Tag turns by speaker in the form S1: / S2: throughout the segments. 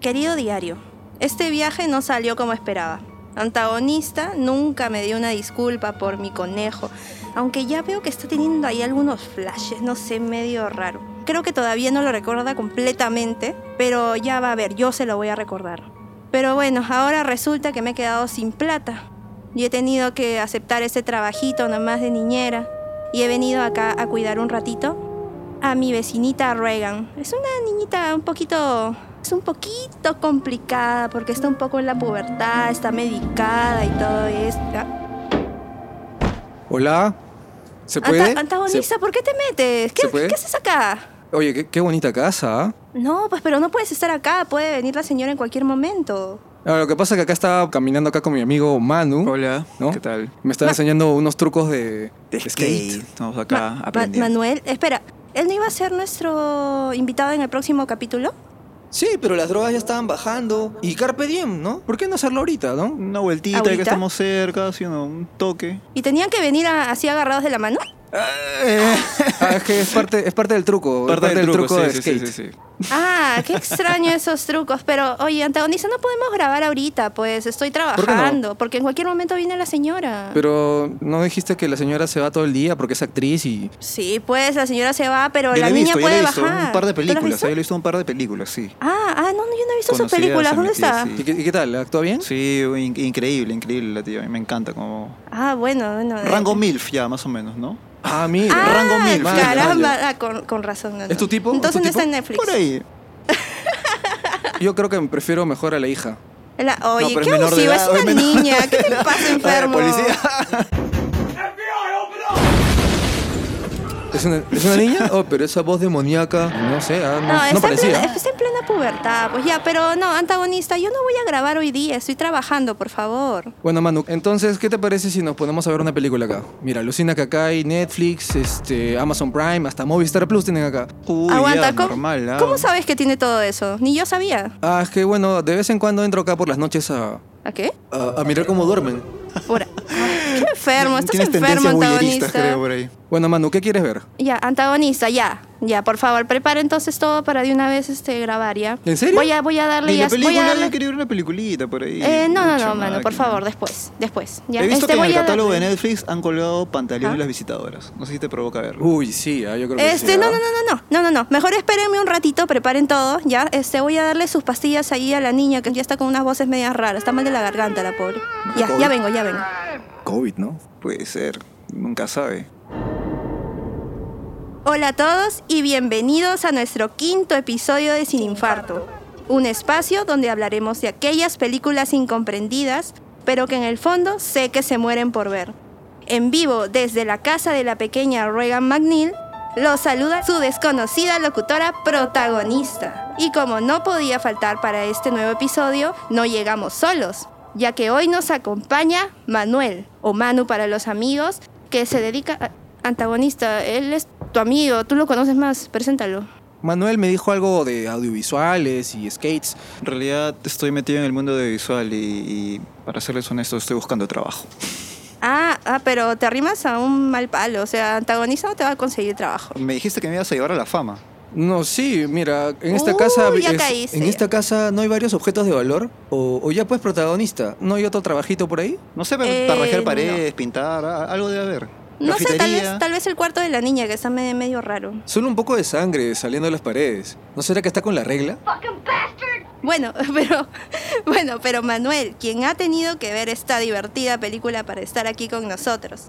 S1: Querido diario, este viaje no salió como esperaba. Antagonista nunca me dio una disculpa por mi conejo, aunque ya veo que está teniendo ahí algunos flashes, no sé, medio raro. Creo que todavía no lo recuerda completamente, pero ya va a ver, yo se lo voy a recordar. Pero bueno, ahora resulta que me he quedado sin plata y he tenido que aceptar ese trabajito nomás de niñera y he venido acá a cuidar un ratito a mi vecinita Reagan. Es una niñita un poquito es un poquito complicada porque está un poco en la pubertad, está medicada y todo esto.
S2: Hola, ¿se puede?
S1: Anta- antagonista, ¿por qué te metes? ¿Qué,
S2: ¿Se puede?
S1: qué haces acá?
S2: Se- Oye, qué, qué bonita casa. ¿ah?
S1: No, pues pero no puedes estar acá, puede venir la señora en cualquier momento.
S2: Ahora, Ah, lo que pasa es que acá estaba caminando acá con mi amigo Manu.
S3: Hola,
S2: ¿no?
S3: ¿qué tal?
S2: Me estaba enseñando unos trucos de,
S3: De skate. Estamos acá
S1: Ma- Ma-
S3: aprendiendo.
S1: Manuel, espera, ¿él no iba a ser nuestro invitado en el próximo capítulo?
S4: Sí, pero las drogas ya estaban bajando. Y Carpe Diem, ¿no?
S2: ¿Por qué no hacerlo ahorita, no?
S3: Una vueltita
S1: ¿Ahorita?
S3: que estamos cerca, haciendo un toque.
S1: ¿Y tenían que venir a- así agarrados de la mano?
S2: Ah, es que es parte, es parte del truco. es parte del truco, de
S3: sí,
S2: skate.
S3: sí, sí, sí.
S1: Ah, qué extraño esos trucos. Pero, oye, antagonista, no podemos grabar ahorita, pues estoy
S2: no?
S1: trabajando. Porque en cualquier momento viene la señora.
S2: Pero no dijiste que la señora se va todo el día porque es actriz y.
S1: Sí, pues la señora se va, pero
S3: Yo
S1: la
S3: he
S1: niña
S3: visto, yo
S1: puede
S3: he visto
S1: bajar.
S3: un par
S1: ¿Tú la
S3: de
S1: has
S3: películas, eh.
S1: visto?
S3: yo he visto un par de películas, sí.
S1: Ah, ah, no, no, yo no he visto sus
S3: Conocida,
S1: películas. ¿Dónde
S3: Samantha,
S1: está?
S3: sí.
S2: ¿Y qué, y qué tal? ¿Actúa bien?
S3: Sí, in- increíble, increíble la tía, a mí me encanta como...
S1: Ah, bueno, bueno. eh.
S3: Rango MILF ya, más o menos, ¿no?
S2: Ah, mira.
S1: Ah,
S3: Rango mil, vale,
S1: Caramba,
S3: vale.
S1: Ah, con, con razón. no, no.
S2: ¿Es tu tipo? ¿Es
S1: Entonces
S2: tu
S1: no está en
S2: tipo?
S1: Netflix.
S3: Por ahí.
S2: Yo creo que me prefiero mejor a la hija.
S1: La- oye,
S3: pero es
S1: qué
S3: menor de
S1: abusivo,
S3: edad,
S1: es una
S3: es menor
S1: niña. ¿Qué te pasa, enfermo?
S3: policía.
S2: ¿Es una, es una niña? Oh, pero esa voz demoníaca. No sé, ah,
S1: No,
S2: no, no,
S1: está, en
S2: parecía.
S1: plena, está en plena pubertad. Pues ya, pero no, antagonista, yo no voy a grabar hoy día. Estoy trabajando, por favor.
S2: Bueno, Manu, entonces, ¿qué te parece si nos ponemos a ver una película acá? Mira, alucina que acá hay Netflix, este, Amazon Prime, hasta Movistar Plus tienen acá.
S3: Uy,
S1: Aguanta,
S3: ya,
S1: ¿cómo,
S3: normal, ah.
S1: ¿cómo sabes que tiene todo eso? Ni yo sabía.
S2: Ah, es que bueno, de vez en cuando entro acá por las noches a,
S1: ¿A qué?
S2: a, a mirar cómo duermen.
S1: Por... Qué enfermo, estás
S3: Tienes
S1: enfermo,
S3: tendencias voyeuristas,
S1: antagonista.
S3: creo, por ahí.
S2: Bueno, Manu, ¿qué quieres ver?
S1: Ya, antagonista, ya. Ya, por favor, prepara entonces todo para de una vez este, grabar, ¿ya?
S2: ¿En serio?
S1: Voy a, voy a darle
S3: Ni
S1: ya.
S3: la
S1: Voy a
S3: película, yo
S1: darle...
S3: quería ver una peliculita por ahí.
S1: Eh, no, no, no,
S3: Mucha
S1: mano, por
S3: máquina.
S1: favor, después, después. Ya.
S3: He visto
S1: Este,
S3: que en el
S1: voy a
S3: catálogo de
S1: darle-
S3: Netflix han colgado Pantaleón
S1: ¿Ah?
S3: y las visitadoras. No sé si te provoca verlo.
S2: Uy, sí, ah, yo creo que
S1: Este,
S2: sí,
S1: no,
S2: ah.
S1: no, no, no, no, no, no, no. Mejor espérenme un ratito, preparen todo, ya. Este, voy a darle sus pastillas ahí a la niña que ya está con unas voces medias raras, está mal de la garganta la pobre. Ya, ya vengo, ya vengo.
S2: Uh, COVID, ¿no?
S3: Puede ser, nunca sabe.
S1: Hola a todos y bienvenidos a nuestro quinto episodio de Sin Infarto, un espacio donde hablaremos de aquellas películas incomprendidas, pero que en el fondo sé que se mueren por ver. En vivo desde la casa de la pequeña Regan McNeil, los saluda su desconocida locutora protagonista. Y como no podía faltar para este nuevo episodio, no llegamos solos, ya que hoy nos acompaña Manuel, o Manu para los amigos, que se dedica a... Antagonista, él es tu amigo, tú lo conoces más, preséntalo.
S2: Manuel me dijo algo de audiovisuales y skates.
S3: En realidad estoy metido en el mundo audiovisual y, y para serles honesto, estoy buscando trabajo.
S1: Ah, ah, pero te arrimas a un mal palo, o sea, antagonista no te va a conseguir trabajo.
S3: Me dijiste que me ibas a llevar a la fama.
S2: No, sí, mira, en esta
S1: Uy,
S2: casa
S1: Uh, ya
S2: es-
S1: caíste.
S2: en esta casa no hay varios objetos de valor o, o ya pues protagonista, no hay otro trabajito por ahí?
S3: No sé,
S1: Eh,
S3: tarrajear
S1: no.
S3: paredes, pintar, a- algo debe haber.
S1: No sé, tal
S3: Grafitería.
S1: vez, tal vez el cuarto de la niña, que está me- medio, raro.
S2: Solo un poco de sangre saliendo de las paredes. ¿No será que está con la regla?
S1: Bueno, pero, bueno, pero Manuel, quien ha tenido que ver esta divertida película para estar aquí con nosotros.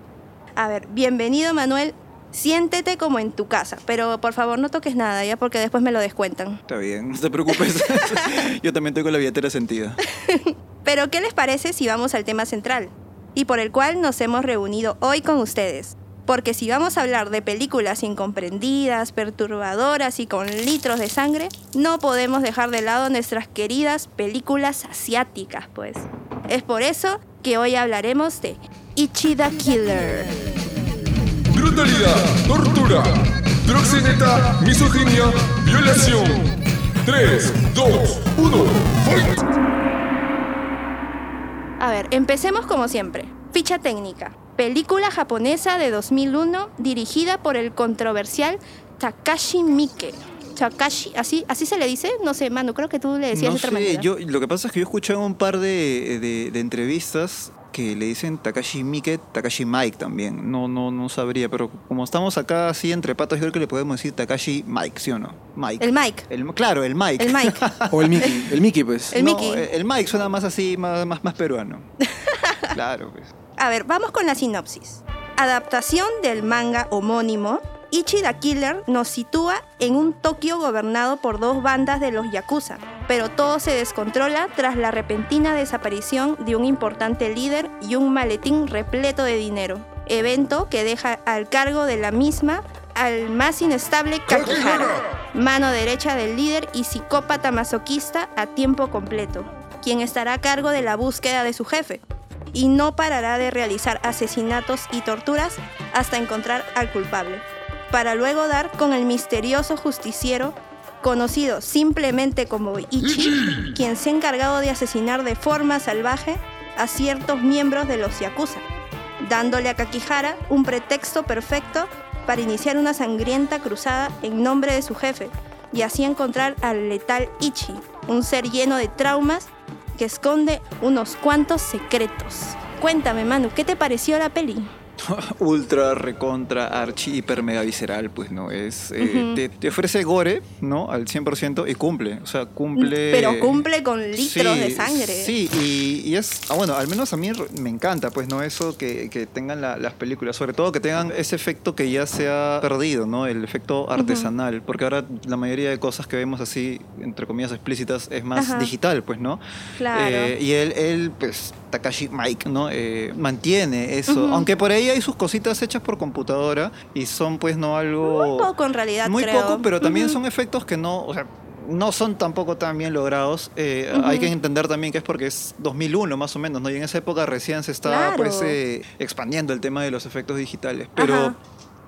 S1: A ver, bienvenido Manuel, siéntete como en tu casa, pero por favor no toques nada ya porque después me lo descuentan.
S3: Está bien, no te preocupes. Yo también tengo la billetera sentida.
S1: Pero ¿qué les parece si vamos al tema central? Y por el cual nos hemos reunido hoy con ustedes. Porque si vamos a hablar de películas incomprendidas, perturbadoras y con litros de sangre, no podemos dejar de lado nuestras queridas películas asiáticas, pues. Es por eso que hoy hablaremos de Ichida Killer.
S5: Brutalidad, tortura, proxeneta, misoginia, violación. 3, 2, 1, fight.
S1: A ver, empecemos como siempre. Ficha técnica. Película japonesa de 2001 dirigida por el controversial Takashi Miike. Chakashi, así, así se le dice, no sé, Manu, creo que tú le decías
S3: no
S1: de otra
S3: sé,
S1: manera.
S3: yo, lo que pasa es que yo escuché en un par de, de- de entrevistas que le dicen Takashi Miike, Takashi Mike también. No, no, no sabría, pero como estamos acá así entre patas, yo creo que le podemos decir Takashi Mike, ¿sí o no? Mike.
S1: El Mike.
S3: El- claro, el Mike.
S1: El Mike.
S2: O el Mickey. El Mickey, pues.
S1: El
S3: No,
S1: Mickey.
S3: El Mike suena más así, más, más, más peruano. claro, pues.
S1: A ver, vamos con la sinopsis. Adaptación del manga homónimo, Ichi the Killer nos sitúa en un Tokio gobernado por dos bandas de los Yakuza, pero todo se descontrola tras la repentina desaparición de un importante líder y un maletín repleto de dinero, evento que deja al cargo de la misma al más inestable Kakihara, mano derecha del líder y psicópata masoquista a tiempo completo, quien estará a cargo de la búsqueda de su jefe, y no parará de realizar asesinatos y torturas hasta encontrar al culpable, para luego dar con el misterioso justiciero conocido simplemente como Ichi, quien se ha encargado de asesinar de forma salvaje a ciertos miembros de los Yakuza, dándole a Kakihara un pretexto perfecto para iniciar una sangrienta cruzada en nombre de su jefe y así encontrar al letal Ichi, un ser lleno de traumas que esconde unos cuantos secretos. Cuéntame, Manu, ¿qué te pareció la peli?
S3: ultra recontra archi hiper mega visceral pues no es eh,
S1: Ujú.
S3: te, te ofrece gore no al 100% y cumple o sea cumple
S1: Pero cumple con litros
S3: Sí,
S1: de sangre.
S3: sí y, y es ah, bueno al menos a mí re- me encanta pues no eso que, que tengan la- las películas sobre todo que tengan ese efecto que ya se ha perdido no el efecto artesanal porque ahora la mayoría de cosas que vemos así entre comillas explícitas es más
S1: Ajá.
S3: digital pues no
S1: Claro.
S3: Eh, y él, él, pues, Takashi Mike, ¿no? Eh, mantiene eso. Aunque por ahí hay sus cositas hechas por computadora y son, pues, no algo.
S1: Muy poco, en realidad,
S3: Muy
S1: creo.
S3: poco, pero también
S1: Ujú.
S3: son efectos que no. O sea, no son tampoco tan bien logrados. Eh, Hay que entender también que es porque es 2001 más o menos, ¿no? Y en esa época recién se estaba
S1: Claro.
S3: pues, eh, expandiendo el tema de los efectos digitales. Pero
S1: Ajá.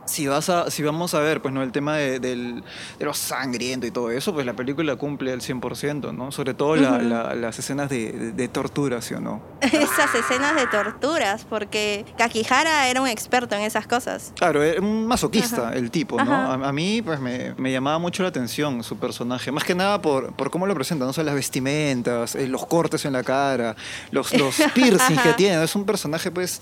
S3: si vas a, si vamos a ver, pues no, el tema de, del- de lo sangriento y todo eso, pues la película cumple al 100%, ¿no? Sobre todo la- la- las escenas de, de- de tortura, ¿sí o no?
S1: Esas escenas de torturas, porque Kakihara era un experto en esas cosas.
S3: Claro, era un masoquista el tipo, ¿no?
S1: Ajá.
S3: A, a mí pues me, me llamaba mucho la atención su personaje, más que nada por, por cómo lo presentan, ¿no? O sea, las vestimentas, eh, los cortes en la cara, los, los piercings que
S1: Ajá.
S3: tiene, ¿no? es un personaje pues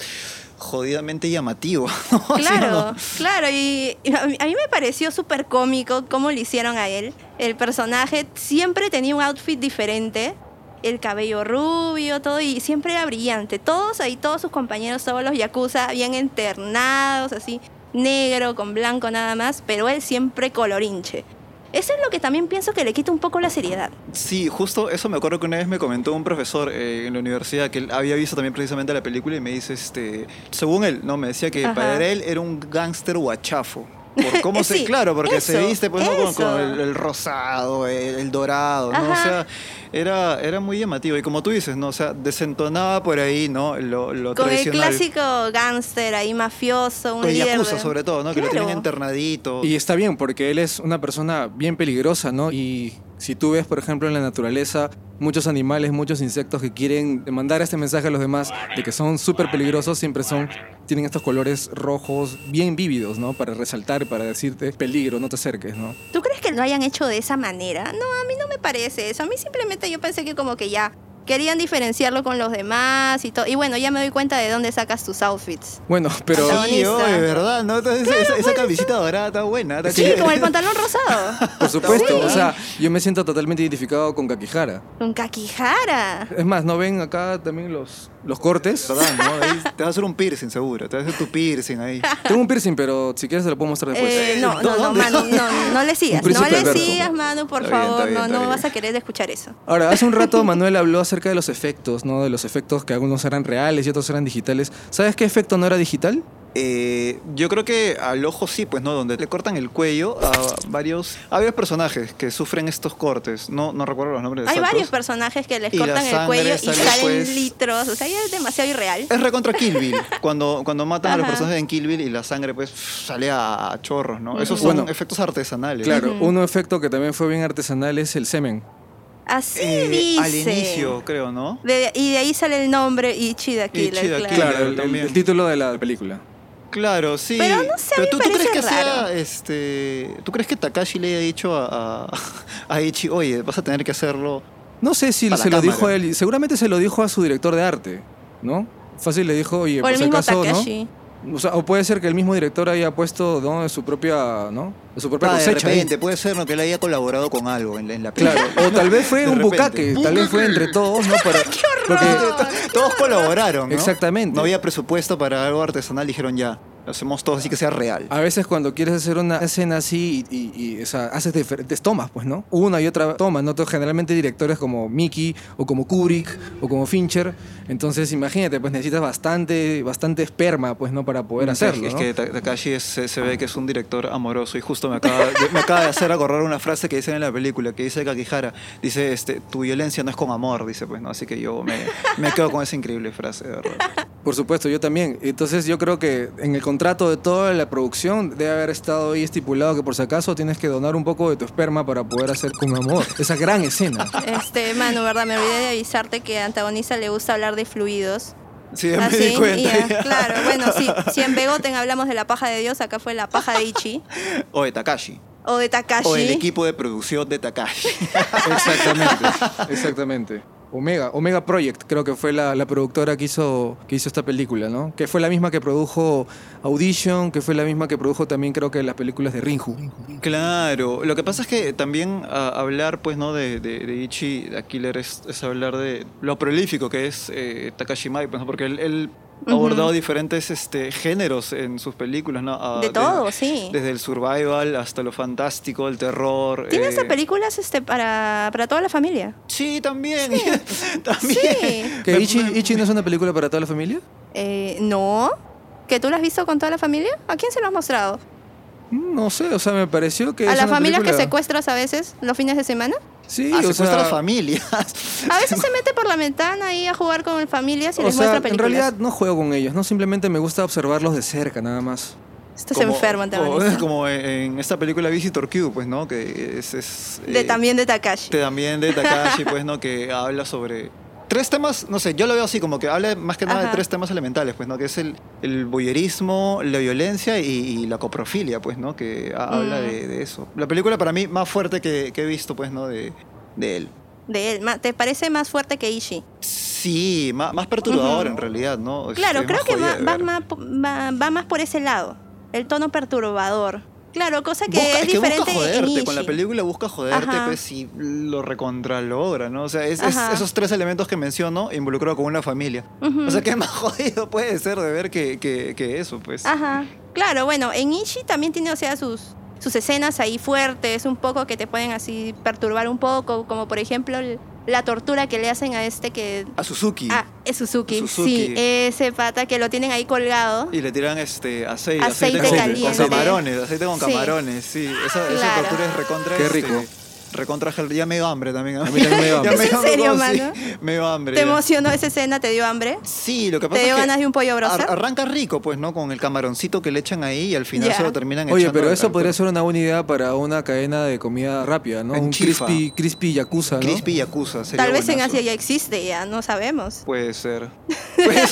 S3: jodidamente llamativo, ¿no? ¿Sí o
S1: Claro,
S3: no?
S1: claro, y y a mí, a mí me pareció súper cómico cómo le hicieron a él. El personaje siempre tenía un outfit diferente, el cabello rubio, todo, y siempre era brillante. Todos ahí, todos sus compañeros, todos los yakuza, bien internados, así, negro con blanco nada más, pero él siempre colorinche. Eso es lo que también pienso que le quita un poco la seriedad.
S3: Sí, justo eso me acuerdo que una vez me comentó un profesor eh, en la universidad que él había visto también precisamente la película y me dice, este, según él, no, me decía que
S1: Ajá.
S3: para él era un gángster guachafo. Por cómo se,
S1: Sí,
S3: claro, porque se
S1: eso,
S3: viste pues, ¿no? con,
S1: eso.
S3: con el, el rosado, el, el dorado, ¿no? O
S1: Ajá.
S3: sea, era, era muy llamativo. Y como tú dices, ¿no? O sea, desentonaba por ahí, ¿no? Lo, lo
S1: Con el
S3: tradicional.
S1: clásico gángster ahí mafioso, un
S3: Con
S1: líder.
S3: Yakuza,
S1: de-
S3: sobre todo, ¿no? Que lo
S1: Claro.
S3: tienen internadito.
S2: Y está bien, porque él es una persona bien peligrosa, ¿no? Y si tú ves, por ejemplo, en la naturaleza, muchos animales, muchos insectos que quieren mandar este mensaje a los demás de que son súper peligrosos, siempre son, tienen estos colores rojos bien vívidos, ¿no? Para resaltar, para decirte peligro, no te acerques, ¿no?
S1: ¿Tú crees que lo hayan hecho de esa manera? No, a mí no me parece eso. A mí simplemente yo pensé que como que ya querían diferenciarlo con los demás y todo. Y bueno, ya me doy cuenta de dónde sacas tus outfits.
S2: Bueno, pero...
S1: Hasta
S3: Sí,
S1: Protagonista. pues,
S3: oh, de verdad, ¿no? Entonces, esa, esa camisita dorada está buena. está
S1: Sí,
S3: chévere.
S1: como el pantalón rosado.
S2: Por supuesto,
S1: Sí.
S2: o sea, yo me siento totalmente identificado con Kakihara.
S1: Un kakihara.
S2: Es más, ¿no ven acá también los, los cortes?
S3: ¿Verdad, no? Ahí te vas a hacer un piercing seguro, te vas a hacer tu piercing ahí.
S2: Tengo un piercing, pero si quieres te lo puedo mostrar después.
S1: Eh, no, no, no,
S3: pues, ¿Dónde?
S1: Manu, no, no le sigas.
S2: Un príncipe
S1: No le
S2: Alberto.
S1: sigas, Manu, por
S3: Está bien,
S1: favor.
S3: está bien,
S1: no,
S3: está
S1: no
S3: bien.
S1: vas a querer escuchar eso.
S2: Ahora, hace un rato Manuel habló acerca de los efectos, ¿no? De los efectos que algunos eran reales y otros eran digitales. ¿Sabes qué efecto no era digital?
S3: Eh, yo creo que al ojo sí, pues, ¿no? Donde le cortan el cuello a varios, a varios personajes que sufren estos cortes. No, no recuerdo los nombres
S1: Hay
S3: exactos.
S1: varios personajes que les
S3: Y la
S1: cortan el
S3: sangre
S1: cuello y
S3: sale,
S1: salen
S3: pues. Eh,
S1: litros. O sea, ya es demasiado irreal.
S3: Es recontra Kill Bill. cuando, cuando matan a los
S1: Ajá.
S3: personajes en Kill Bill y la sangre, pues, sale a, a chorros, ¿no? Esos son
S2: Bueno.
S3: efectos artesanales.
S2: Claro, un efecto que también fue bien artesanal es el semen.
S1: Así
S3: Eh,
S1: dice.
S3: Al inicio, creo, ¿no?
S1: De- y de ahí sale el nombre Ichi the Killer.
S3: Ichi the
S1: claro.
S3: Killer.
S2: Claro, el, el-
S3: también.
S2: el título de la película.
S3: Claro, sí.
S1: Pero no sé, a mí
S3: Pero tú, tú
S1: me
S3: crees que
S1: parece raro.
S3: sea, este, tú crees que Takashi le haya dicho a, a, a Ichi, oye, vas a tener que hacerlo.
S2: No sé si
S3: Para la
S2: se lo
S3: cámara.
S2: dijo a él, y seguramente se lo dijo a su director de arte, ¿no? Fácil le dijo, oye,
S1: Por
S2: por
S1: el
S2: si
S1: mismo
S2: acaso,
S1: Takashi.
S2: ¿no? O, sea, o puede ser que el mismo director haya puesto ¿no? de su propia, ¿no? De su propia
S3: Ah, de
S2: cosecha. ahí.
S3: repente, puede ser ¿no? que él haya colaborado con algo en, la- en la película.
S2: Claro. O tal vez fue
S3: De
S2: un
S3: repente.
S2: bucaque, tal vez fue entre todos, ¿no? Para, porque-
S3: Todos colaboraron, ¿no?
S2: Exactamente.
S3: No había presupuesto para algo artesanal, dijeron ya, lo hacemos todos así que sea real.
S2: A veces cuando quieres hacer una escena así y, y- y, o sea, haces diferentes tomas, pues, ¿no? Una y otra toma, ¿no? Entonces, Generalmente directores como Mickey o como Kubrick o como Fincher. Entonces, imagínate, pues necesitas bastante, bastante esperma, pues, ¿no? Para poder hacerlo,
S3: Mm, Es
S2: ¿no?
S3: que Ta- Takashi es- se, se ve que es un director amoroso y justo me acaba, de, me acaba de hacer acordar una frase que dicen en la película, que dice Kakihara, dice, este, tu violencia no es con amor, dice, pues no, así que yo me, me quedo con esa increíble frase, de verdad.
S2: Por supuesto, yo también. Entonces, yo creo que en el contrato de toda la producción debe haber estado ahí estipulado que por si acaso tienes que donar un poco de tu esperma para poder hacer con amor esa gran escena.
S1: Este, mano, verdad, me olvidé de avisarte que a antagonista le gusta hablar de fluidos.
S3: Sí, me
S1: Ah,
S3: di
S1: sí,
S3: cuenta.
S1: ya,
S3: ya.
S1: claro, bueno, sí, si en Begoten hablamos de la paja de Dios, acá fue la paja de Ichi
S3: O de Takashi.
S1: o de Takashi.
S3: O el equipo de producción de Takashi.
S2: Exactamente, exactamente. Omega, Omega Project, creo que fue la, la productora que hizo, que hizo esta película, ¿no? Que fue la misma que produjo Audition, que fue la misma que produjo también creo que las películas de Rinju.
S3: Claro, lo que pasa es que también a- hablar pues no de, de, de Ichi de Killer es, es hablar de lo prolífico que es eh, Takashi Miike, pues, ¿no? porque él, él ha abordado diferentes este, géneros en sus películas, ¿no? Ah,
S1: De todo, sí.
S3: Desde el survival hasta lo fantástico, el terror.
S1: Tiene
S3: eh,
S1: hasta películas este, para, para toda la familia.
S3: Sí, también. también. Ah,
S1: Sí.
S2: ¿Que Ichi, Ichi no es una película para toda la familia?
S1: Eh, ¿No? ¿Que tú la has visto con toda la familia? ¿A quién se lo has mostrado?
S2: Mm, No sé, o sea, me pareció que
S1: ¿A
S2: es
S1: las
S2: una
S1: familias que
S2: película-
S1: secuestras a veces los fines de semana?
S2: Sí,
S3: Ah,
S2: o
S3: secuestra
S2: sea,
S3: familias.
S1: A veces se mete por la ventana ahí a jugar con familias y
S2: o
S1: les
S2: sea,
S1: muestra
S2: en
S1: películas.
S2: realidad no juego con ellos, no simplemente me gusta observarlos de cerca nada más.
S1: Estás
S3: Como-
S1: enfermo, antagonista.
S3: Como, como en, en esta película Visitor Q, pues, ¿no? Que es... es,
S1: De,
S3: eh,
S1: también de Takashi.
S3: Este también de Takashi, pues, ¿no? Que habla sobre tres temas, no sé, yo lo veo así, como que habla más que nada
S1: Ajá.
S3: de tres temas elementales, pues, ¿no? Que es el, el boyerismo, la violencia y, y la coprofilia, pues, ¿no? Que ha- habla
S1: Mm.
S3: de, de eso. La película para mí más fuerte que, que he visto, pues, ¿no? De, de él.
S1: De él. Ma- ¿Te parece más fuerte que Ishi?
S3: Pues Sí, ma- más, perturbador en realidad, ¿no? Este,
S1: Claro, creo que
S3: jodida
S1: va,
S3: de
S1: va
S3: ver.
S1: más, po- va, va más por ese lado. El tono perturbador. Claro, cosa que
S3: Busca-
S1: es, diferente
S3: busca
S1: en
S3: joderte,
S1: Ishi.
S3: con la película busca joderte,
S1: Ajá.
S3: pues si lo recontralogra, ¿no? O sea, es, es-
S1: Ajá.
S3: esos tres elementos que menciono involucrado con una familia. O sea, ¿qué más jodido puede ser de ver que, que- que eso, pues?
S1: Ajá. Claro, bueno, en Ishi también tiene, o sea, sus, sus escenas ahí fuertes, un poco que te pueden así perturbar un poco, como por ejemplo el- la tortura que le hacen a este que...
S3: A Suzuki.
S1: Ah, es Suzuki.
S3: Suzuki.
S1: Sí, ese pata que lo tienen ahí colgado.
S3: Y le tiran este aceite,
S1: Aceite
S3: con, con
S1: caliente.
S3: camarones, aceite con
S1: Sí.
S3: camarones, sí. Esa, esa
S1: Claro.
S3: tortura es recontra.
S2: Qué
S3: este,
S2: rico.
S3: recontra, ya me dio hambre también.
S2: A mí también me dio hambre.
S3: Ya me
S1: ¿Es en
S3: dio hambre,
S1: serio,
S3: sí,
S1: mano?
S3: me dio hambre.
S1: ¿Te
S3: ya.
S1: emocionó esa escena? ¿Te dio hambre?
S3: Sí, lo que pasa
S1: dio
S3: es que
S1: ganas de un pollo brasa?
S3: ar- arranca rico, pues, ¿no? Con el camaroncito que le echan ahí y al final
S1: Ya.
S3: se lo terminan
S2: Oye,
S3: echando
S2: pero
S3: al-
S2: eso
S3: al-
S2: podría ser una buena idea para una cadena de comida rápida, ¿no?
S3: En
S2: Un
S3: Chifa.
S2: crispy, crispy yakuza, ¿no?
S3: Crispy y Yakuza. sería
S1: Tal vez en
S3: buenazo.
S1: Asia ya existe, ya no sabemos.
S3: Puede ser.
S2: Puede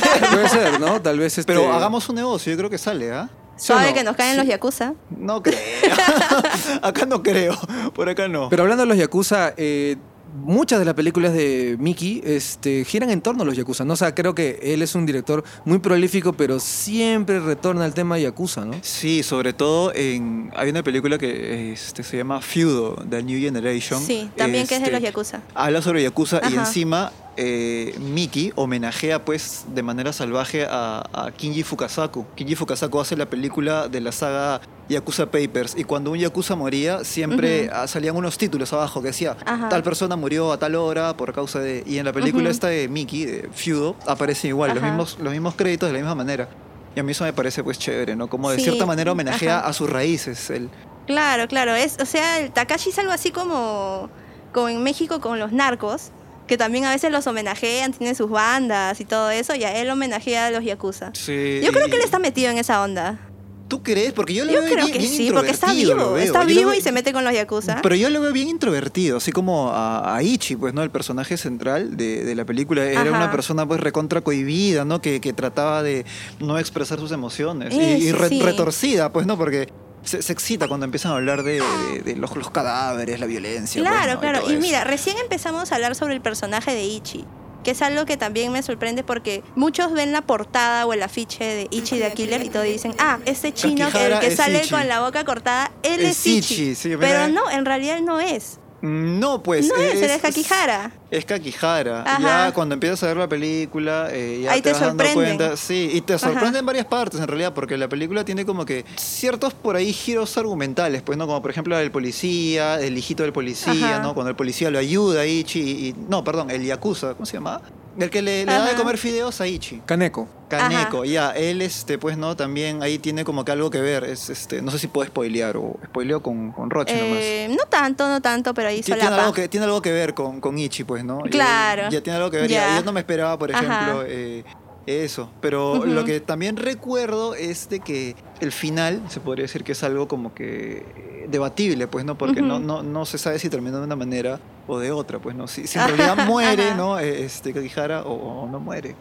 S2: ser, ¿no? Tal vez este...
S3: Pero hagamos un negocio, yo creo que sale, ¿ah?
S1: Suave
S2: no?
S1: que nos caen los yakuza.
S3: No creo. acá no creo. Por acá no.
S2: Pero hablando de los Yakuza, eh, muchas de las películas de Mickey este, giran en torno a los Yakuza, ¿no? O sea, creo que él es un director muy prolífico, pero siempre retorna al tema Yakuza, ¿no?
S3: Sí, sobre todo en. Hay una película que este, se llama Feudo, The New Generation.
S1: Sí, también que es de
S3: Este,
S1: los yakuza.
S3: Habla sobre Yakuza y
S1: Ajá.
S3: encima eh, Mickey homenajea pues de manera salvaje a, a Kinji Fukasaku. Kinji Fukasaku hace la película de la saga Yakuza Papers y cuando un Yakuza moría siempre ah, salían unos títulos abajo que decía
S1: Ajá.
S3: tal persona murió a tal hora por causa de... Y en la película
S1: Ujú.
S3: esta de Mickey, de Feudo, aparecen igual, los
S1: Ajá.
S3: mismos, los mismos créditos de la misma manera. Y a mí eso me parece pues chévere, ¿no? Como de
S1: Sí,
S3: cierta manera homenajea
S1: ajá.
S3: a sus raíces. El,
S1: Claro, claro. Es, o sea, el Takashi es algo así como, como en México con los narcos, que también a veces los homenajean, tienen sus bandas y todo eso, y a él homenajea a los yakuza. Yo creo que él está metido en esa onda.
S3: ¿Tú crees? Porque yo lo
S1: Yo
S3: veo
S1: creo
S3: bien,
S1: que
S3: bien
S1: sí, porque está
S3: introvertido, lo
S1: vivo.
S3: veo.
S1: Está
S3: Yo lo
S1: vivo
S3: veo-
S1: y se mete con los yakuza.
S3: Pero yo lo veo bien introvertido, así como a, a Ichi, pues, ¿no? El personaje central de, de la película era
S1: Ajá.
S3: una persona, pues, recontra cohibida, ¿no? Que, que trataba de no expresar sus emociones. Y-
S1: Eh,
S3: y
S1: sí,
S3: re-
S1: sí.
S3: retorcida, pues, ¿no? Porque se, se excita cuando empiezan a hablar de, de- de los, los cadáveres, la violencia. pues,
S1: Claro,
S3: ¿no?
S1: claro.
S3: todo
S1: Y
S3: eso.
S1: mira, recién empezamos a hablar sobre el personaje de Ichi, que es algo que también me sorprende porque muchos ven la portada o el afiche de Ichi de Killer y todos dicen, ah, este chino que, el
S3: Kakihara
S1: que
S3: es
S1: sale
S3: Ichi.
S1: con la boca cortada, él
S3: Es
S1: es, Ichi.
S3: Ichi, sí, mira.
S1: Pero no, en realidad él no es.
S3: Mm, No, pues.
S1: no es, él es Kakihara.
S3: Es Kakihara.
S1: Ajá.
S3: Ya cuando empiezas a ver la película, eh, ya
S1: Ahí te
S3: vas dando
S1: sorprenden.
S3: cuenta. Sí, y te sorprende
S1: Ajá.
S3: en varias partes en realidad, porque la película tiene como que ciertos por ahí giros argumentales, pues, ¿no? Como por ejemplo el policía, el hijito del policía,
S1: Ajá.
S3: ¿no? Cuando el policía lo ayuda a Ichi y. y- no, perdón, el Yakuza, ¿cómo se llama? El que le, le da de
S1: Ajá.
S3: comer fideos a Ichi.
S2: Kaneko.
S3: Kaneko, ya, él este, pues no, también ahí tiene como que algo que ver. Es, este, no sé si puedo spoilear o spoileo con, con Roche nomás.
S1: Eh, no tanto, no tanto, pero ahí
S3: Ti- Tiene
S1: solapa.
S3: algo, que, tiene algo que ver con, con Ichi, pues, ¿no? Y-
S1: Claro.
S3: Ya tiene algo que ver. y
S1: Ya.
S3: Yo no me esperaba, por
S1: Ajá.
S3: ejemplo, eh, eso. Pero
S1: Ujú.
S3: lo que también recuerdo es de que el final se podría decir que es algo como que eh, debatible, pues, ¿no? Porque no,
S1: Ujú.
S3: no, no se sabe si terminó de una manera o de otra, pues, ¿no? Si, si en
S1: Ajá,
S3: realidad muere,
S1: ajá.
S3: ¿no? Eh, Este, Kakihara o, o no muere.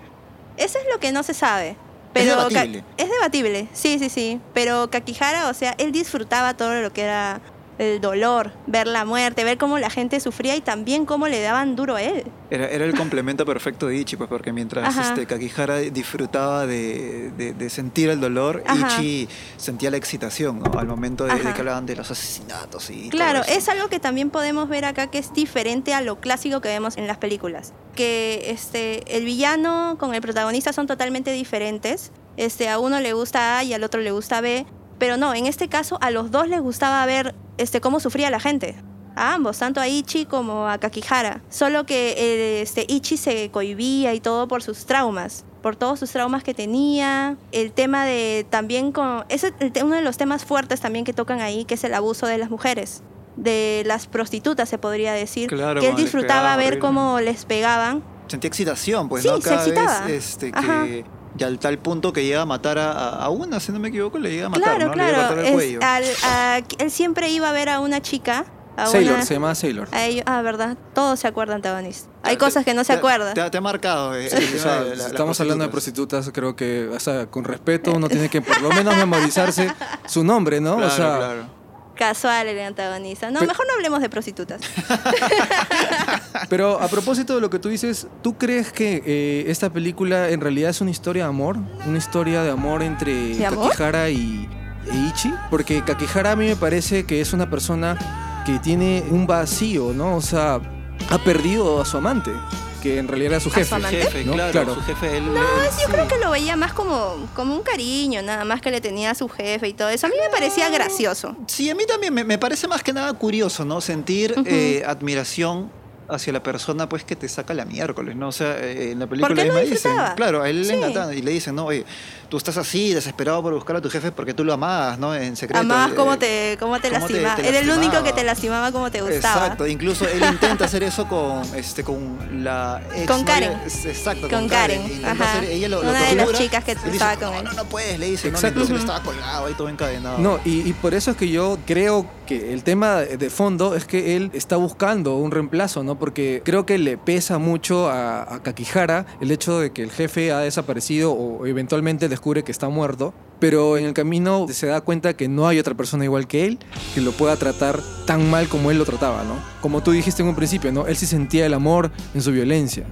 S1: Eso es lo que no se sabe. Pero Ka-
S3: debatible.
S1: es debatible, sí, sí, sí. Pero Kakihara, o sea, él disfrutaba todo lo que era el dolor, ver la muerte, ver cómo la gente sufría y también cómo le daban duro a él.
S3: Era, era el complemento perfecto de Ichi, pues, porque mientras
S1: Ajá.
S3: este, Kakihara disfrutaba de, de- de sentir el dolor,
S1: Ajá.
S3: Ichi sentía la excitación ¿no? al momento de, de
S1: Ajá.
S3: que hablaban de los asesinatos y
S1: Claro,
S3: todo eso.
S1: es algo que también podemos ver acá que es diferente a lo clásico que vemos en las películas. Que este, el villano con el protagonista son totalmente diferentes. Este, a uno le gusta A y al otro le gusta B. Pero no, en este caso a los dos les gustaba ver este, cómo sufría la gente. A ambos, tanto a Ichi como a Kakihara. Solo que eh, este, Ichi se cohibía y todo por sus traumas. Por todos sus traumas que tenía. El tema de también con. Ese es el te- uno de los temas fuertes también que tocan ahí, que es el abuso de las mujeres. De las prostitutas, se podría decir.
S3: Claro,
S1: que él
S3: cuando les
S1: disfrutaba
S3: pegaba
S1: ver
S3: horrible.
S1: cómo les pegaban.
S3: Sentía excitación, pues,
S1: Sí,
S3: ¿no?
S1: se
S3: Cada
S1: excitaba.
S3: vez este,
S1: Ajá.
S3: que... Y al tal punto que llega a matar a, a- a una, si no me equivoco, le llega a matar,
S1: claro,
S3: ¿no? Le llega a
S1: claro.
S3: cortar el
S1: Es-
S3: cuello.
S1: al- a- él siempre iba a ver a una chica. A
S2: Sailor,
S1: una-
S2: se llamaba Sailor.
S1: a ello- ah, verdad. Todos se acuerdan, antagonista. Hay
S3: Te-
S1: cosas que no se
S3: te-
S1: acuerdan.
S3: Te, te ha marcado. eh, el
S2: O
S3: tema
S2: sea,
S3: de la- las
S2: estamos hablando de
S3: prostitutas.
S2: prostitutas, creo que, o sea, con respeto uno tiene que por lo menos memorizarse su nombre, ¿no?
S3: pues. Claro,
S2: o sea,
S3: claro.
S1: Casual el antagonista. No,
S2: Pe-
S1: mejor no hablemos de prostitutas.
S2: Pero a propósito de lo que tú dices, ¿tú crees que eh, esta película en realidad es una historia de amor? ¿Una historia de amor entre
S1: ¿De amor?
S2: Kakihara y e Ichi? Porque Kakihara a mí me parece que es una persona que tiene un vacío, ¿no? O sea, ha perdido a su amante, que en realidad era su
S1: su
S2: jefe.
S1: amante?
S3: Jefe,
S2: ¿no?
S3: claro,
S2: Claro.
S3: su jefe, él...
S1: Pues yo creo que lo veía más como, como un cariño, nada más que le tenía a su jefe y todo eso. A mí me parecía gracioso.
S3: Sí, a mí también me, me parece más que nada curioso, ¿no? Sentir
S1: Ujú.
S3: eh, admiración hacia la persona pues que te saca la miércoles, ¿no? O sea, eh, en la película
S1: Porque él lo
S3: misma dicen,
S1: disfrutaba.
S3: claro, a él
S1: Sí.
S3: le encantaban y le dicen, no, oye, tú estás así, desesperado por buscar a tu jefe porque tú lo amabas, ¿no? En secreto.
S1: Amabas
S3: Eh,
S1: cómo te, cómo te
S3: cómo te-
S1: lastimaba.
S3: te
S1: Era el único
S3: lastimaba.
S1: que te lastimaba como te gustaba.
S3: Exacto, incluso él intenta hacer eso con este con la ex
S1: Con
S3: novia-
S1: Karen.
S3: es- Exacto,
S1: Con
S3: con,
S1: Karen,
S3: Intenta
S1: ajá.
S3: hacer- ella lo, lo
S1: Una de las
S3: tortura,
S1: chicas que
S3: le dice,
S1: estaba con
S3: "No,
S1: él".
S3: No, no puedes, le dice,
S2: Exacto.
S3: Exacto. no, entonces él
S1: Ujú.
S3: estaba colgado ahí todo encadenado.
S2: No, y, y por eso es que yo creo que el tema de fondo es que él está buscando un reemplazo, ¿no? Porque creo que le pesa mucho a, a Kakihara el hecho de que el jefe ha desaparecido o eventualmente descubre que está muerto, pero en el camino se da cuenta que no hay otra persona igual que él que lo pueda tratar tan mal como él lo trataba, ¿no? Como tú dijiste en un principio, ¿no? Él sí sentía el amor en su violencia,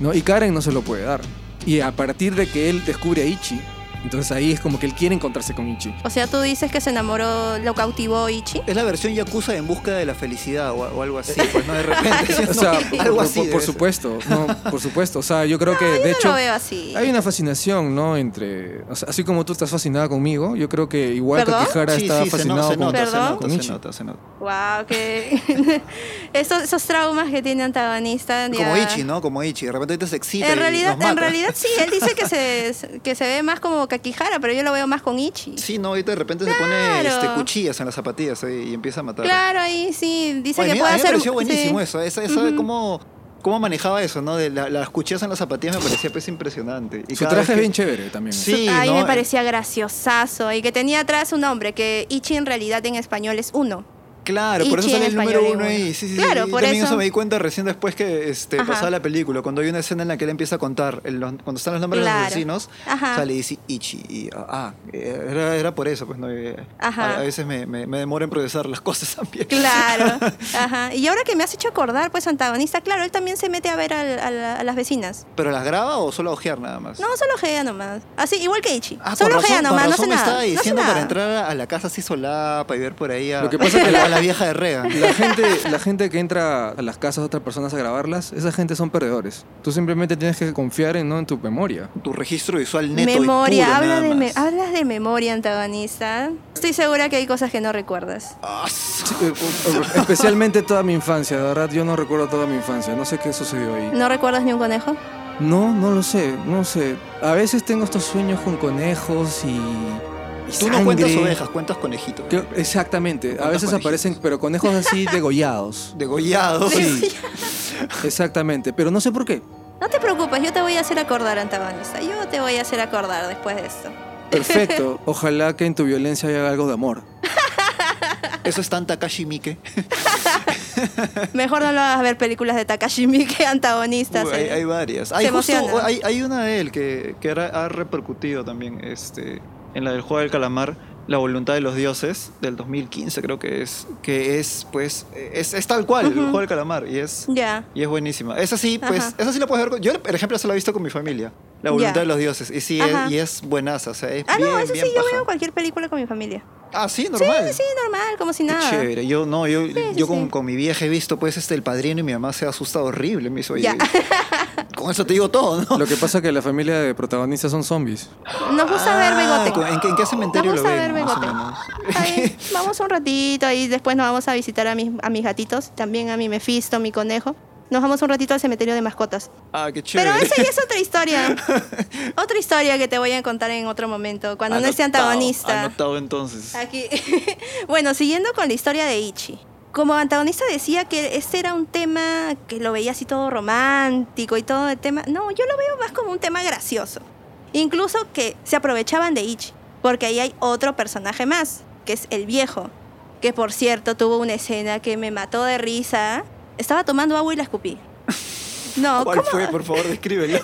S2: ¿no? Y Karen no se lo puede dar. Y a partir de que él descubre a Ichi, entonces ahí es como que él quiere encontrarse con Ichi.
S1: O sea, tú dices que se enamoró, lo cautivó Ichi.
S3: Es la versión Yakuza en busca de la felicidad o, o algo así, pues no de repente.
S2: O sea,
S3: ¿no?
S2: por,
S3: algo
S2: por-
S3: así.
S2: por
S3: debe ser.
S2: supuesto, no, por supuesto. O sea, yo creo que
S1: yo
S2: de
S1: no
S2: hecho
S1: lo veo así.
S2: hay una fascinación, ¿no? Entre, o sea, así como tú estás fascinada conmigo, yo creo que igual
S1: ¿Perdón?
S2: Kakihara
S3: Sí,
S2: está
S3: sí, se,
S2: fascinado
S3: no- se
S2: con,
S3: nota, se
S1: ¿Perdón?
S3: nota,
S2: con
S3: se
S2: Ichi.
S3: nota, se nota.
S1: Wow, que esos, esos traumas que tiene antagonista.
S3: Como
S1: ya-
S3: Ichi, ¿no? Como Ichi. De repente te se excita.
S1: En
S3: y
S1: realidad,
S3: nos mata.
S1: en realidad sí, él dice que se, que se ve más como Kakihara, pero yo lo veo más con Ichi.
S3: Sí, no, ahorita de repente se pone
S1: Claro.
S3: este, cuchillas en las zapatillas ahí, y empieza a matar.
S1: Claro, ahí sí, dice
S3: Oye, a
S1: que
S3: mí-
S1: puede
S3: a mí me
S1: hacer...
S3: pareció buenísimo
S1: sí.
S3: eso. eh, Esa, esa
S1: Ujú.
S3: como cómo manejaba eso, ¿no? De la- las cuchillas en las zapatillas me parecía pues impresionante. Y
S2: Su traje
S3: cada vez
S2: es
S3: que-
S2: bien chévere también.
S3: Sí.
S1: Ahí
S3: ¿no?
S1: me parecía graciosazo. Y que tenía atrás un nombre que Ichi en realidad en español es uno.
S3: Claro,
S1: Y
S3: por eso
S1: chi en
S3: sale el
S1: español
S3: número
S1: y
S3: uno
S1: uno.
S3: ahí. Sí, sí, sí,
S1: Claro,
S3: sí.
S1: por
S3: También
S1: eso.
S3: me di cuenta recién después que este,
S1: Ajá.
S3: pasaba la película, cuando hay una escena en la que él empieza a contar, el- los- cuando están los nombres de
S1: Claro.
S3: los vecinos,
S1: Ajá.
S3: sale y dice Ichi. Y, ah, ah, era, era por eso, pues no. Eh,
S1: Ajá.
S3: A, a veces me, me, me demoro en procesar las cosas también.
S1: Claro. Ajá. Y ahora que me has hecho acordar, pues antagonista, claro, él también se mete a ver al- a, la- a las vecinas.
S3: ¿Pero las graba o solo a ojear nada más?
S1: No, solo gea nomás. Así, igual que Ichi.
S3: Ah,
S1: solo
S3: con razón,
S1: gea nomás,
S3: con
S1: no hace
S3: razón me
S1: nada.
S3: estaba
S1: no hace
S3: diciendo
S1: nada.
S3: para entrar a- a la casa así solapa y ver por ahí a,
S2: Lo que pasa es que
S3: a
S2: la-
S3: la, vieja de Regan.
S2: La gente, la gente que entra a las casas de otras personas a grabarlas, esa gente son perdedores. Tú simplemente tienes que confiar en, ¿no? en tu memoria.
S3: Tu registro visual neto y
S1: Memoria,
S3: puro,
S1: habla
S3: nada
S1: de me-
S3: más.
S1: hablas de memoria antagonista. Estoy segura que hay cosas que no recuerdas.
S3: Ah, su-
S2: Eh, Especialmente toda mi infancia, de verdad yo no recuerdo toda mi infancia, no sé qué sucedió ahí.
S1: ¿No recuerdas ni un conejo?
S2: No, no lo sé, no sé. A veces tengo estos sueños con conejos y... y
S3: Tú no cuentas
S2: sangre.
S3: ovejas, cuentas conejitos.
S2: Creo- exactamente, a
S3: ¿Cuántos
S2: veces
S3: conejitos?
S2: aparecen, pero conejos así degollados.
S3: Degollados.
S2: Sí, exactamente, pero no sé por qué.
S1: No te preocupes, yo te voy a hacer acordar, antagonista. Yo te voy a hacer acordar después de esto.
S2: Perfecto, ojalá que en tu violencia haya algo de amor.
S3: Eso es tan Takashi Miike.
S1: Mejor no lo hagas ver películas de Takashi Miike antagonistas.
S3: Uy, hay,
S1: eh.
S3: hay varias. Hay,
S1: Se
S3: justo-
S1: emociona.
S3: hay, hay una de él que, que ahora ha repercutido también este, en la del juego del calamar, La voluntad de los dioses, del 2015 creo que es, que es pues, es, es tal cual, el juego del calamar, y es,
S1: Ya.
S3: y es buenísima. Esa sí, pues,
S1: Ajá.
S3: esa sí la puedes ver, con- yo por ejemplo se la he visto con mi familia, La voluntad
S1: Ya.
S3: de los dioses, y sí,
S1: Ajá.
S3: es, y es buenaza, o sea, es
S1: Ah,
S3: bien,
S1: no, eso sí,
S3: bien
S1: yo
S3: paja.
S1: veo cualquier película con mi familia.
S3: Ah, sí, normal.
S1: Sí, sí, normal, como si
S3: Qué
S1: nada.
S3: chévere. Yo no, yo,
S1: sí,
S3: yo con,
S1: sí.
S3: con mi vieja he visto pues este el padrino y mi mamá se ha asustado horrible. Me dice, oye,
S1: Ya.
S3: con eso te digo todo, ¿no?
S2: Lo que pasa es que la familia de protagonistas son zombies.
S1: Nos gusta ver
S3: Ah,
S1: Begote.
S3: ¿En, qué- en qué cementerio
S1: Vamos
S3: lo
S1: a ver
S3: ven? más o
S1: Begote.
S3: menos?
S1: Está bien, Vamos un ratito y después nos vamos a visitar a mis, a mis gatitos, también a mi Mefisto, mi conejo. Nos vamos un ratito al cementerio de mascotas.
S3: Ah, qué
S1: Pero
S3: chévere.
S1: esa ya es otra historia. otra historia que te voy a contar en otro momento, cuando no esté
S3: Anotado,
S1: antagonista.
S3: Anotado entonces.
S1: Aquí. bueno, siguiendo con la historia de Ichi. Como antagonista decía que este era un tema que lo veía así todo romántico y todo el tema. No, yo lo veo más como un tema gracioso. Incluso que se aprovechaban de Ichi. Porque ahí hay otro personaje más, que es el viejo. Que por cierto tuvo una escena que me mató de risa. Estaba tomando agua y la escupí. No,
S3: ¿Cuál
S1: ¿cómo?
S3: fue? Por favor, descríbelo.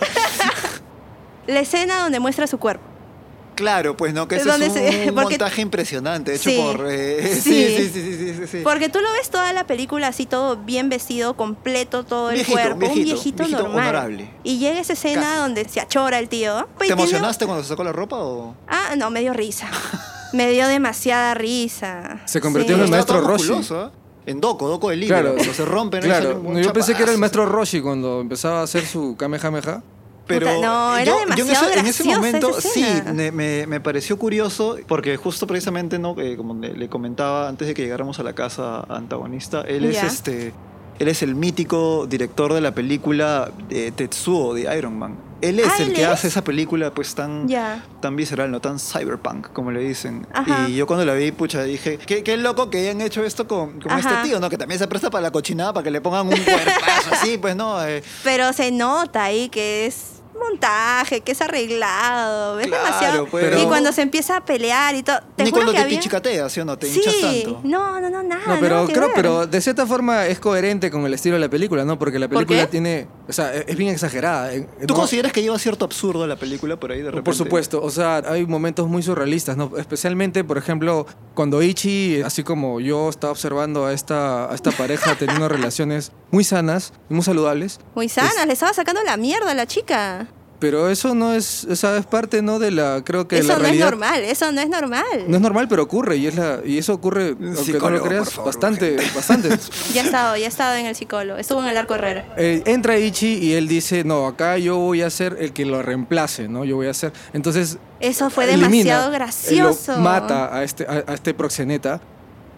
S1: La escena donde muestra su cuerpo.
S3: claro, pues no, que ese
S1: Donde
S3: es un,
S1: se-
S3: un
S1: porque-
S3: montaje impresionante hecho
S1: Sí.
S3: por. eh, sí,
S1: Sí.
S3: sí, sí, sí, sí, sí, sí.
S1: Porque tú lo ves toda la película así todo bien vestido, completo todo el
S3: Viejito,
S1: cuerpo, un
S3: viejito,
S1: viejito,
S3: viejito
S1: normal.
S3: honorable.
S1: Y llega esa escena
S3: Casi.
S1: donde se achora el tío. pues,
S3: ¿Te
S1: y tiene-
S3: emocionaste cuando se sacó la ropa o.?
S1: Ah, no, me dio risa. me dio demasiada risa.
S2: Se convirtió
S1: Sí.
S2: en el maestro
S3: Estaba todo
S2: Roshi.
S3: musculoso, ¿eh? En Doco, Doco de Libro. Cuando se rompen, ahí
S2: claro.
S3: sale un
S2: Yo pensé que era el
S3: chapazo.
S2: maestro Roshi cuando empezaba a hacer su Kamehameha.
S3: Pero
S1: Puta, no, era
S3: en
S1: demasiado
S3: ese- en, ese,
S1: graciosa
S3: momento
S1: esa
S3: sí,
S1: escena.
S3: me, me- me pareció curioso porque justo precisamente no Eh, como le, le comentaba antes de que llegáramos a la casa antagonista, él es
S1: Ya.
S3: este él es el mítico director de la película de Tetsuo de Iron Man. Él es
S1: Ah,
S3: el
S1: ¿él
S3: que
S1: es?
S3: hace esa película pues tan
S1: Ya.
S3: tan visceral, no tan cyberpunk como le dicen.
S1: Ajá.
S3: Y yo cuando la vi, pucha, dije, qué, qué loco que hayan hecho esto con, con
S1: Ajá.
S3: este tío, ¿no? Que también se presta para la cochinada, para que le pongan un cuerpazo así, pues no. Eh,
S1: Pero se nota ahí que es montaje, que es arreglado. Es
S3: Claro, pues.
S1: demasiado.
S3: pero-
S1: Y cuando se empieza a pelear y todo. Te
S3: ni
S1: juro
S3: cuando
S1: que
S3: te
S1: había...
S3: pichicateas, ¿sí o no? Te
S1: sí.
S3: hinchas tanto.
S1: No, no, no, nada.
S2: No, pero
S1: Ah, nada que
S2: creo,
S1: ver.
S2: pero de cierta forma es coherente con el estilo de la película, ¿no? Porque la
S1: ¿Por
S2: película
S1: qué?
S2: tiene, o sea, e-, es es bien exagerada. eh,
S3: ¿Tú
S2: no-
S3: consideras que lleva cierto absurdo la película por ahí de repente?
S2: Por supuesto, o sea, hay momentos muy surrealistas, ¿no? Especialmente, por ejemplo, cuando Ichi, así como yo estaba observando a esta, a esta pareja teniendo relaciones muy sanas y muy saludables,
S1: Muy sanas, le estaba sacando la mierda a la chica.
S2: pero eso no es, o sea, es parte, ¿no? De la, creo que
S1: eso
S2: la
S1: no
S2: realidad...
S1: es normal, eso no es normal.
S2: No es normal, pero ocurre y es la y eso ocurre aunque no lo
S3: psicólogo,
S2: creas
S3: por favor,
S2: bastante, bastante.
S1: Ya ha estado, ya ha estado en el psicólogo. Estuvo en el arco herrera.
S2: Eh, entra Ichi y él dice, "No, acá yo voy a ser el que lo reemplace, ¿no? Yo voy a ser." Entonces,
S1: Eso fue
S2: elimina,
S1: demasiado
S2: eh,
S1: gracioso.
S2: Lo mata a este a, a este proxeneta.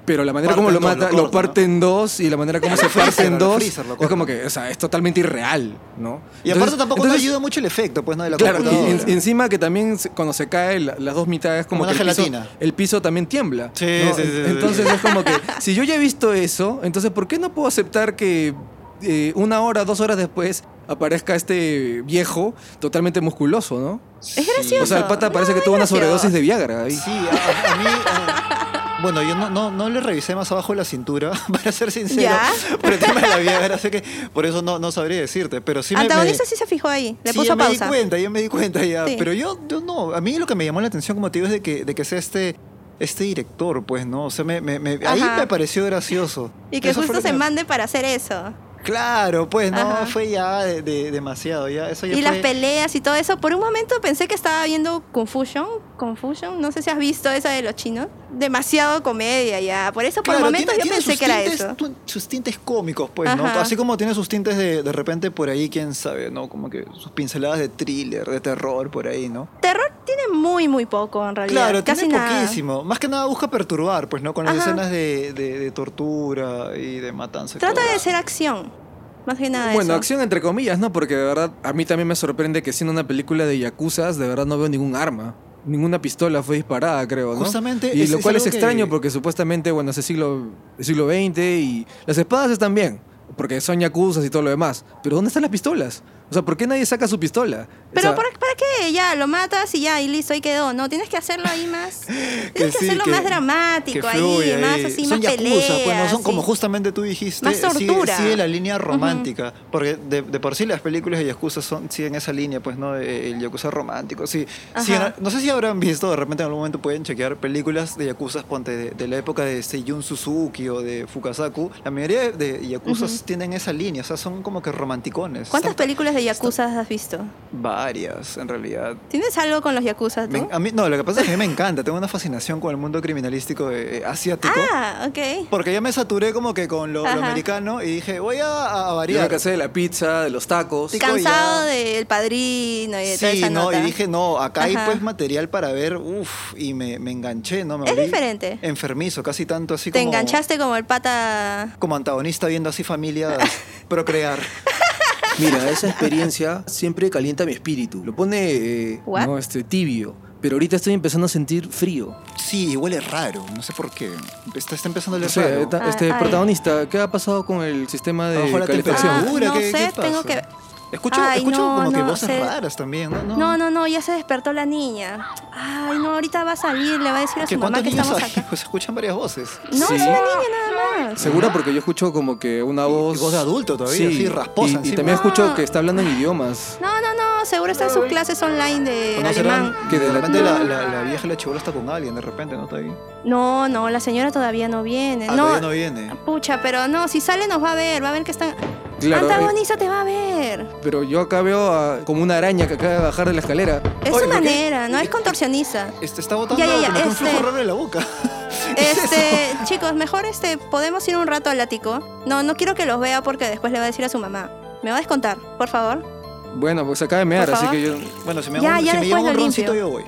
S2: Pero la manera
S3: Parte
S2: como lo
S3: en dos,
S2: mata,
S3: lo
S2: lo,
S3: corta,
S2: parte en dos y la manera como se parte
S3: freezer,
S2: en
S3: lo
S2: dos
S3: freezer, lo
S2: es
S3: corta.
S2: como que, o sea, es totalmente irreal, ¿no?
S3: Y aparte
S2: Entonces-
S3: tampoco
S2: entonces-
S3: no ayuda mucho el efecto, pues, ¿no? De la
S2: Claro, y,
S3: computadora.
S2: en- encima que también se- cuando se cae la- las dos mitades como,
S3: Como
S2: que
S3: una
S2: el piso,
S3: gelatina.
S2: el piso también tiembla.
S3: Sí,
S2: ¿no?
S3: sí, sí, sí,
S2: entonces es como que si yo ya he visto eso, entonces ¿por qué no puedo aceptar que eh, una hora, dos horas después aparezca este viejo totalmente musculoso, ¿no?
S1: Es gracioso.
S2: O sea, el pata
S1: No,
S2: parece que
S1: es
S2: tuvo una
S1: gracioso.
S2: sobredosis de Viagra. ahí.
S3: Sí, a, a mí. a- bueno, yo no, no, no le revisé más abajo de la cintura, para ser sincero.
S1: ¿Ya?
S3: Por el tema de la Viagra, sé que por eso no, no sabría decirte. Pero sí me-
S1: Antagonista
S3: me,
S1: sí se fijó ahí, le
S3: sí,
S1: puso
S3: ya
S1: pausa.
S3: me di cuenta, yo me di cuenta ya.
S1: Sí.
S3: Pero yo, yo no. A mí lo que me llamó la atención, como te digo, es de que, de que sea este, este director, pues, ¿no? O sea, me, me- me- ahí
S1: Ajá.
S3: me pareció gracioso.
S1: Y que
S3: Eso fue
S1: justo
S3: lo
S1: se
S3: que-
S1: mande para hacer eso.
S3: Claro, pues, no,
S1: Ajá.
S3: fue ya de- de- demasiado. Ya, eso ya
S1: Y las
S3: fue-
S1: peleas y todo eso. Por un momento pensé que estaba viendo Confusion. Confusion, no sé si has visto esa de los chinos. Demasiado comedia ya. Por eso, por
S3: Claro,
S1: momentos
S3: tiene-
S1: yo
S3: tiene
S1: pensé
S3: sus
S1: que era
S3: tintes-
S1: eso.
S3: tu- Sus tintes cómicos, pues, ¿no?
S1: Ajá.
S3: Así como tiene sus tintes de, de repente por ahí, quién sabe, ¿no? Como que sus pinceladas de thriller, de terror, por ahí, ¿no?
S1: Terror tiene muy, muy poco en realidad.
S3: Claro,
S1: Casi
S3: tiene
S1: nada.
S3: poquísimo. Más que nada busca perturbar, pues, ¿no? Con las
S1: Ajá.
S3: escenas de, de- de tortura y de matanza. y
S1: Trata
S3: todo.
S1: de ser acción. Más que nada
S2: Bueno,
S1: Ah, eso.
S2: acción entre comillas, ¿no? Porque de verdad a mí también me sorprende que siendo una película de yakuzas, de verdad no veo ningún arma. Ninguna pistola fue disparada, creo, ¿no?
S3: Justamente
S2: Y
S3: es-
S2: lo
S3: es
S2: cual es,
S3: algo que-
S2: extraño porque supuestamente, bueno, es el siglo, el siglo XX y las espadas están bien, porque son yakuzas y todo lo demás. Pero ¿dónde están las pistolas? O sea, ¿por qué nadie saca su pistola? O
S1: Pero
S2: sea,
S1: ¿para, ¿para qué? Ya, lo matas y ya, y listo, ahí quedó. No, tienes que hacerlo ahí más. Tienes que,
S3: sí,
S1: hacerlo
S3: que-
S1: más
S3: que
S1: dramático ahí,
S3: fluya ahí.
S1: más así,
S3: son
S1: más
S3: yakuza,
S1: peleas.
S3: pues, ¿no? son como
S1: sí.
S3: justamente tú dijiste,
S1: Más
S3: sigue-
S1: tortura.
S3: Sigue, la línea romántica, porque de, de por sí las películas de Yakuza son, siguen esa línea, pues, ¿no? De- El Yakuza romántico, sí. Sí,
S1: Ajá.
S3: no, no sé si habrán visto, de repente en algún momento pueden chequear películas de Yakuza, ponte, de, de la época de Seiyun Suzuki o de Fukasaku, la mayoría de de Yakuza tienen esa línea, o sea, son como que romanticones.
S1: ¿Cuántas
S3: Están-
S1: películas de Yakuza has visto?
S3: Varias, en realidad.
S1: ¿Tienes algo con los Yakuza tú?
S3: Me- a mí, no, lo que pasa es que a mí me encanta, tengo una fascinación con el mundo criminalístico eh, asiático.
S1: Ah, ok.
S3: Porque ya me saturé como que con lo, lo
S1: Ajá.
S3: americano y dije, voy a, a
S2: yo me
S3: variar.
S2: cansé de la pizza, de los tacos.
S3: Sí,
S1: Cansado
S3: ya.
S1: del padrino y de toda
S3: Sí,
S1: esa
S3: no,
S1: nota.
S3: y dije, no, acá hay
S1: Eh, Ajá.
S3: pues material para ver, uff, y me, me enganché, ¿no? Me
S1: Es
S3: volví
S1: diferente.
S3: Enfermizo, casi tanto así
S1: Te
S3: como.
S1: enganchaste como el pata.
S3: Como antagonista viendo así familias procrear.
S4: Mira, esa experiencia siempre calienta mi espíritu.
S2: Lo pone eh,
S1: What?
S2: no, este, tibio. Pero ahorita estoy empezando a sentir frío.
S3: Sí, huele raro, no sé por qué. Está, está empezando a
S2: No
S3: oler
S2: sé,
S3: raro.
S2: esta-
S1: Ah,
S2: este
S1: ay.
S2: protagonista, ¿qué ha pasado con el sistema de
S3: Bajo la
S2: calefacción?
S1: Ah,
S3: temperatura,
S1: no
S3: ¿qué-
S1: sé,
S3: qué pasa?
S1: tengo que-
S3: Escucho,
S1: Ay,
S3: escucho
S1: no,
S3: como que
S1: no,
S3: voces
S1: sé.
S3: raras también, ¿no? No,
S1: No, no, no, ya se despertó la niña. Ay, no, ahorita va a salir, le va a decir a
S3: ¿Qué
S1: su mamá
S3: cuántos
S1: que
S3: niños
S1: estamos
S3: hay?
S1: acá.
S3: Pues escuchan varias voces.
S1: No,
S2: Sí.
S1: es una niña nada más.
S2: Segura porque yo escucho como que una voz...
S3: voz de adulto todavía, así, rasposa
S2: Y, y
S3: encima.
S2: también
S1: No.
S2: escucho que está hablando en idiomas.
S1: No, no, no, seguro está en sus clases online de
S3: ¿O no
S1: Eh, alemán.
S3: serán
S2: Que
S3: que
S2: de
S3: de
S2: la-
S3: repente la, la, la vieja la chibola está con alguien, de repente, ¿no? Está ahí.
S1: No, no, la señora todavía no viene.
S3: Ah,
S1: Eh, no,
S3: todavía no viene.
S1: pucha, pero no, si sale nos va a ver, va a ver que está...
S2: Claro,
S1: Antagonista te va a ver.
S2: Pero yo acá veo a- como una araña que acaba de bajar de la escalera.
S1: Es
S3: Oye,
S1: su
S3: ¿por qué?
S1: manera, no es contorsionista.
S3: Este está botando
S1: Ya, ya, ya,
S3: como que un
S1: este-
S3: flujo raro en la boca. ¿Qué es
S1: Este, chicos, mejor este, podemos ir un rato al ático. No, no quiero que los vea porque después le va a decir a su mamá. Me va a descontar, por favor.
S2: Bueno, pues acaba de mear,
S1: Por
S2: así
S1: favor.
S2: que yo...
S3: eso? Bueno, si me,
S1: Ya,
S3: hago-
S1: ya
S3: si me
S1: después
S3: llevo un
S1: lo
S3: roncito
S1: limpio.
S3: yo voy.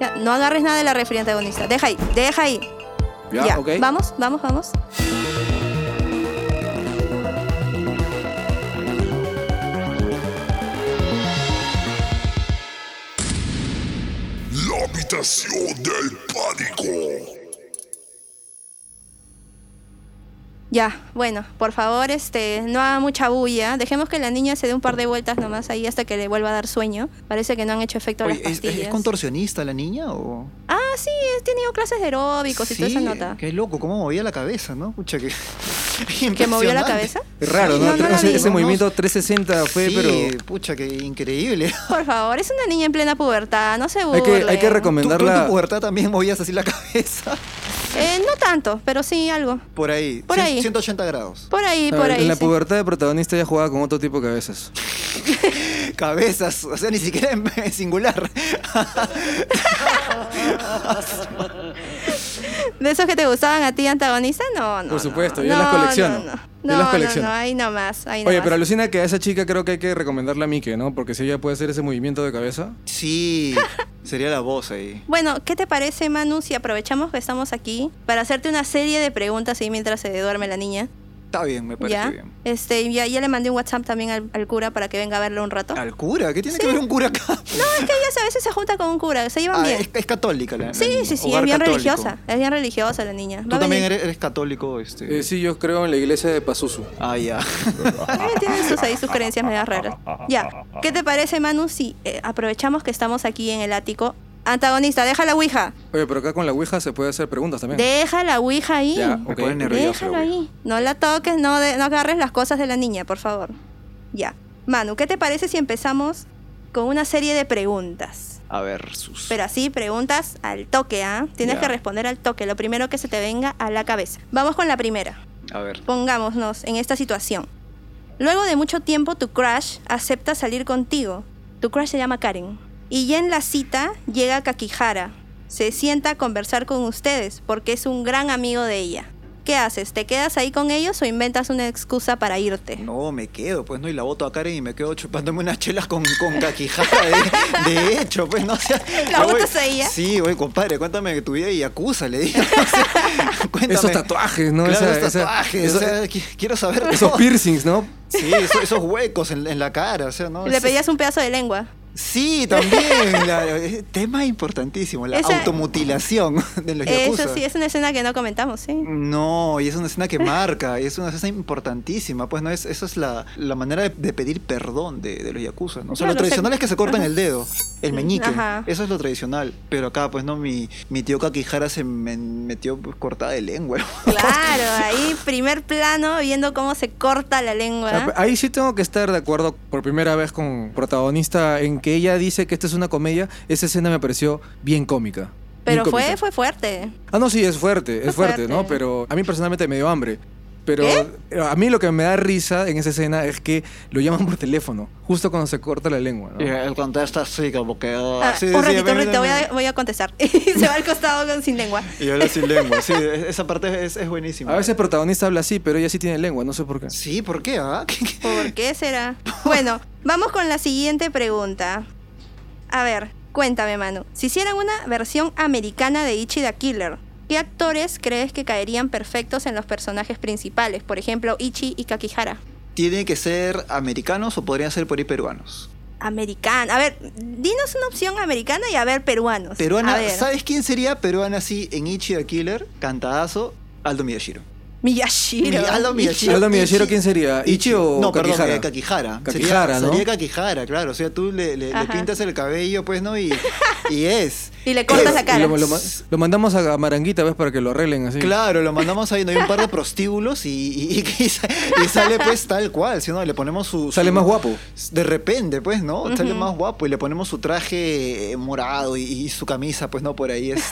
S1: Ya, no agarres nada de la referente agonista. Deja ahí, deja ahí.
S2: Ya, ok.
S1: Vamos, vamos, vamos.
S5: La habitación del pánico.
S1: Ya, bueno, por favor, este, no haga mucha bulla. Dejemos que la niña se dé un par de vueltas nomás ahí hasta que le vuelva a dar sueño. Parece que no han hecho efecto
S3: Oye,
S1: las
S3: ¿es,
S1: pastillas.
S3: es contorsionista la niña o...?
S1: ah, sí, he tenido clases de aeróbicos y toda esa nota.
S3: qué loco, cómo movía la cabeza, ¿no? Pucha, que...
S1: ¿Que movió la
S3: impresionante.
S1: cabeza?
S2: Es raro,
S1: Sí,
S2: ¿no?
S1: no, no la
S2: ese
S1: vi.
S2: ese
S1: No, no.
S2: movimiento 360 fue,
S3: sí,
S2: pero...
S3: pucha, que increíble.
S1: Por favor, es una niña en plena pubertad, no se
S2: Hay
S1: burlen.
S2: que, hay que
S3: ¿Tú, tú en
S2: recomendarla...
S3: tu pubertad también movías así la cabeza?
S1: Eh, no tanto, pero sí algo.
S3: Por ahí.
S1: Por
S3: cien-
S1: ahí.
S3: 180 grados.
S1: Por ahí,
S2: A
S1: por
S2: ver,
S1: ahí.
S2: en la
S1: sí.
S2: pubertad de protagonista ya jugaba con otro tipo de cabezas.
S3: Cabezas, o sea, ni siquiera en en singular.
S1: ¿De esos que te gustaban a ti, antagonista? No, no. no,
S2: Por supuesto,
S1: no,
S2: yo las
S1: no,
S2: colecciono.
S1: No, no,
S2: Yo
S1: No,
S2: las
S1: no,
S2: colecciono.
S1: no, ahí nomás, ahí
S2: Oye,
S1: nomás.
S2: pero alucina que a esa chica creo que hay que recomendarla a Mike, ¿no? Porque si ella puede hacer ese movimiento de cabeza...
S3: Sí, sería la voz ahí.
S1: Bueno, ¿qué te parece, Manu, si aprovechamos que estamos aquí para hacerte una serie de preguntas ahí mientras se duerme la niña?
S3: Está bien, me parece
S1: ¿Ya?
S3: bien.
S1: Este, ya, ya le mandé un WhatsApp también al, al cura para que venga a verlo un rato.
S3: ¿Al cura? ¿Qué tiene que ver un cura acá?
S1: No, es que ella a veces se junta con un cura, se llevan
S3: Ah,
S1: bien.
S3: es, es católica la
S1: Sí,
S3: la-
S1: sí, sí, es
S3: hogar
S1: bien
S3: católico.
S1: religiosa. Es bien religiosa la niña. Va
S3: Tú
S1: a
S3: también
S1: venir.
S3: eres, eres católico, este.
S2: Eh, sí, yo creo en la iglesia de Pazuzu.
S3: Ah, ya.
S1: Eh, tiene sus, ahí sus creencias medias raras. Ya, ¿qué te parece, Manu, si eh, aprovechamos que estamos aquí en el ático? Antagonista, deja la ouija.
S2: Oye, pero acá con la Ouija se puede hacer preguntas también.
S1: Deja la ouija ahí.
S2: Ya,
S3: Me
S2: ok.
S3: pone nervioso.
S1: Déjalo
S3: güey.
S1: ahí. No la toques, no, de- no agarres las cosas de la niña, por favor. Ya. Manu, ¿qué te parece si empezamos con una serie de preguntas?
S3: A ver, sus.
S1: Pero así, preguntas al toque, ¿ah? Tienes
S3: Ya.
S1: que responder al toque, lo primero que se te venga a la cabeza. Vamos con la primera.
S3: A ver.
S1: Pongámonos en esta situación. Luego de mucho tiempo, tu crush acepta salir contigo. Tu crush se llama Karen. Y ya en la cita llega Kakihara. Se sienta a conversar con ustedes porque es un gran amigo de ella. ¿Qué haces? ¿Te quedas ahí con ellos o inventas una excusa para irte?
S3: No, me quedo, pues no, y la voto a Karen y me quedo chupándome unas chelas con, con Kakijara, De, de hecho, pues no o sea,
S1: ¿La
S3: yo voy-
S1: botas a ella?
S3: Sí, güey, compadre, cuéntame de tu vida y acusa, le dije. o sea, cuéntame.
S2: Esos tatuajes, ¿no?
S3: Claro,
S2: Esa-
S3: esos
S2: esa-
S3: tatuajes.
S2: eso-
S3: o sea, qui- quiero saber.
S2: esos
S3: todo.
S2: piercings, ¿no?
S3: Sí, eso- esos huecos en, en la cara, o sea, ¿no?
S1: Le
S3: Es-
S1: pedías un pedazo de lengua.
S3: Sí, también. la- eh, tema importantísimo, la
S1: Esa-
S3: automutilación de los yakuza.
S1: Eso sí, es una escena que no comentamos, ¿sí?
S3: No, y es una escena que marca, y es una escena importantísima, pues no es, esa es la, la manera de, de pedir perdón de, de los yakuza, ¿no? O sea,
S1: Claro,
S3: lo tradicional
S1: se-
S3: es que se cortan el dedo, el meñique,
S1: Ajá.
S3: eso es lo tradicional, pero acá pues no, mi, mi tío Kakihara se me metió pues, cortada de lengua.
S1: Claro, ahí primer plano viendo cómo se corta la lengua.
S2: Ah, Ahí sí tengo que estar de acuerdo por primera vez con protagonista en que ella dice que esta es una comedia. Esa escena me pareció bien cómica.
S1: Pero
S2: Bien
S1: fue,
S2: cómica.
S1: fue fuerte.
S2: Ah, no, sí, es fuerte,
S1: Fue
S2: es fuerte,
S1: fuerte.
S2: ¿no? Pero a mí personalmente me dio hambre. Pero eh, a mí lo que me da risa en esa escena es que lo llaman por teléfono, justo cuando se corta la lengua, ¿no?
S3: él contesta así, como que... oh,
S1: Ah, un ratito, un ratito, voy a, voy a contestar. Y se va al costado con- sin lengua.
S3: Y habla sin lengua, sí, es- esa parte es, es buenísima.
S2: A veces el protagonista habla así, pero ella sí tiene lengua, no sé por qué.
S3: Sí, ¿por qué? ah? ¿Qué- qué?
S1: ¿Por qué será? Bueno, vamos con la siguiente pregunta. A ver, cuéntame, Manu. Si hicieran una versión americana de Ichi the Killer, ¿qué actores crees que caerían perfectos en los personajes principales? Por ejemplo, Ichi y Kakihara.
S3: ¿Tiene que ser americanos o podrían ser por ahí peruanos?
S1: Americana. A ver, dinos una opción americana y a ver, peruanos.
S3: Peruana,
S1: a ver.
S3: ¿sabes quién sería peruana así en Ichi the Killer? Cantadazo, Aldo Miyashiro.
S1: Miyashiro.
S3: Mi- Aldo Miyashiro.
S2: Aldo Miyashiro,
S3: Ichi-
S2: ¿quién sería? ¿Ichi o
S3: No, perdón,
S2: Kakihara?
S3: eh, Kakihara.
S2: Kakihara,
S3: sería,
S2: ¿no?
S3: Sería Kakihara, claro. O sea, tú le, le- le
S1: Ajá.
S3: pintas el cabello, pues, ¿no? Y, y es.
S1: Y le cortas la cara.
S2: Lo, lo ma- lo mandamos a Maranguita, ¿ves? Para que lo arreglen así.
S3: Claro, lo mandamos ahí, no hay un par de prostíbulos y, y- y- y sa- y sale pues tal cual, si no, le ponemos su... su-
S2: Sale más guapo.
S3: De repente, pues, ¿no? Sale más guapo y le ponemos su traje eh, morado y, y su camisa, pues, ¿no? Por ahí, este...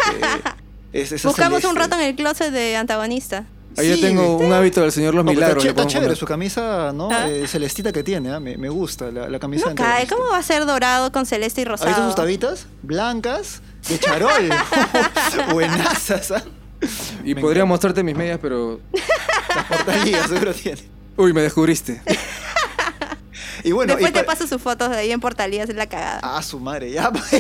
S3: es- esa
S1: Buscamos un
S3: celeste.
S1: rato en el closet de antagonista.
S2: Ahí yo
S3: Sí,
S2: tengo un hábito del Señor Los
S3: No, pero
S2: Milagros. le
S3: está, ché- está
S2: podemos
S3: chévere
S2: poner.
S3: su camisa, ¿no?
S1: Ah.
S3: Eh, celestita que tiene, ¿ah? me, me gusta la, la camisa.
S1: No cae,
S3: antagonista.
S1: ¿cómo va a ser dorado con celeste y
S3: ¿Has visto
S1: rosado?
S3: sus tabitas? Blancas, de charol. Buenazas, ¿ah?
S2: Y
S3: Me
S2: podría
S3: encanta.
S2: mostrarte mis medias, pero...
S3: Las portarías, seguro tiene.
S2: Uy, me descubriste.
S3: Y bueno,
S1: Después
S3: y
S1: te
S3: pa-
S1: paso sus fotos de ahí en Portalías, es la cagada.
S3: Ah, su madre, ya pues.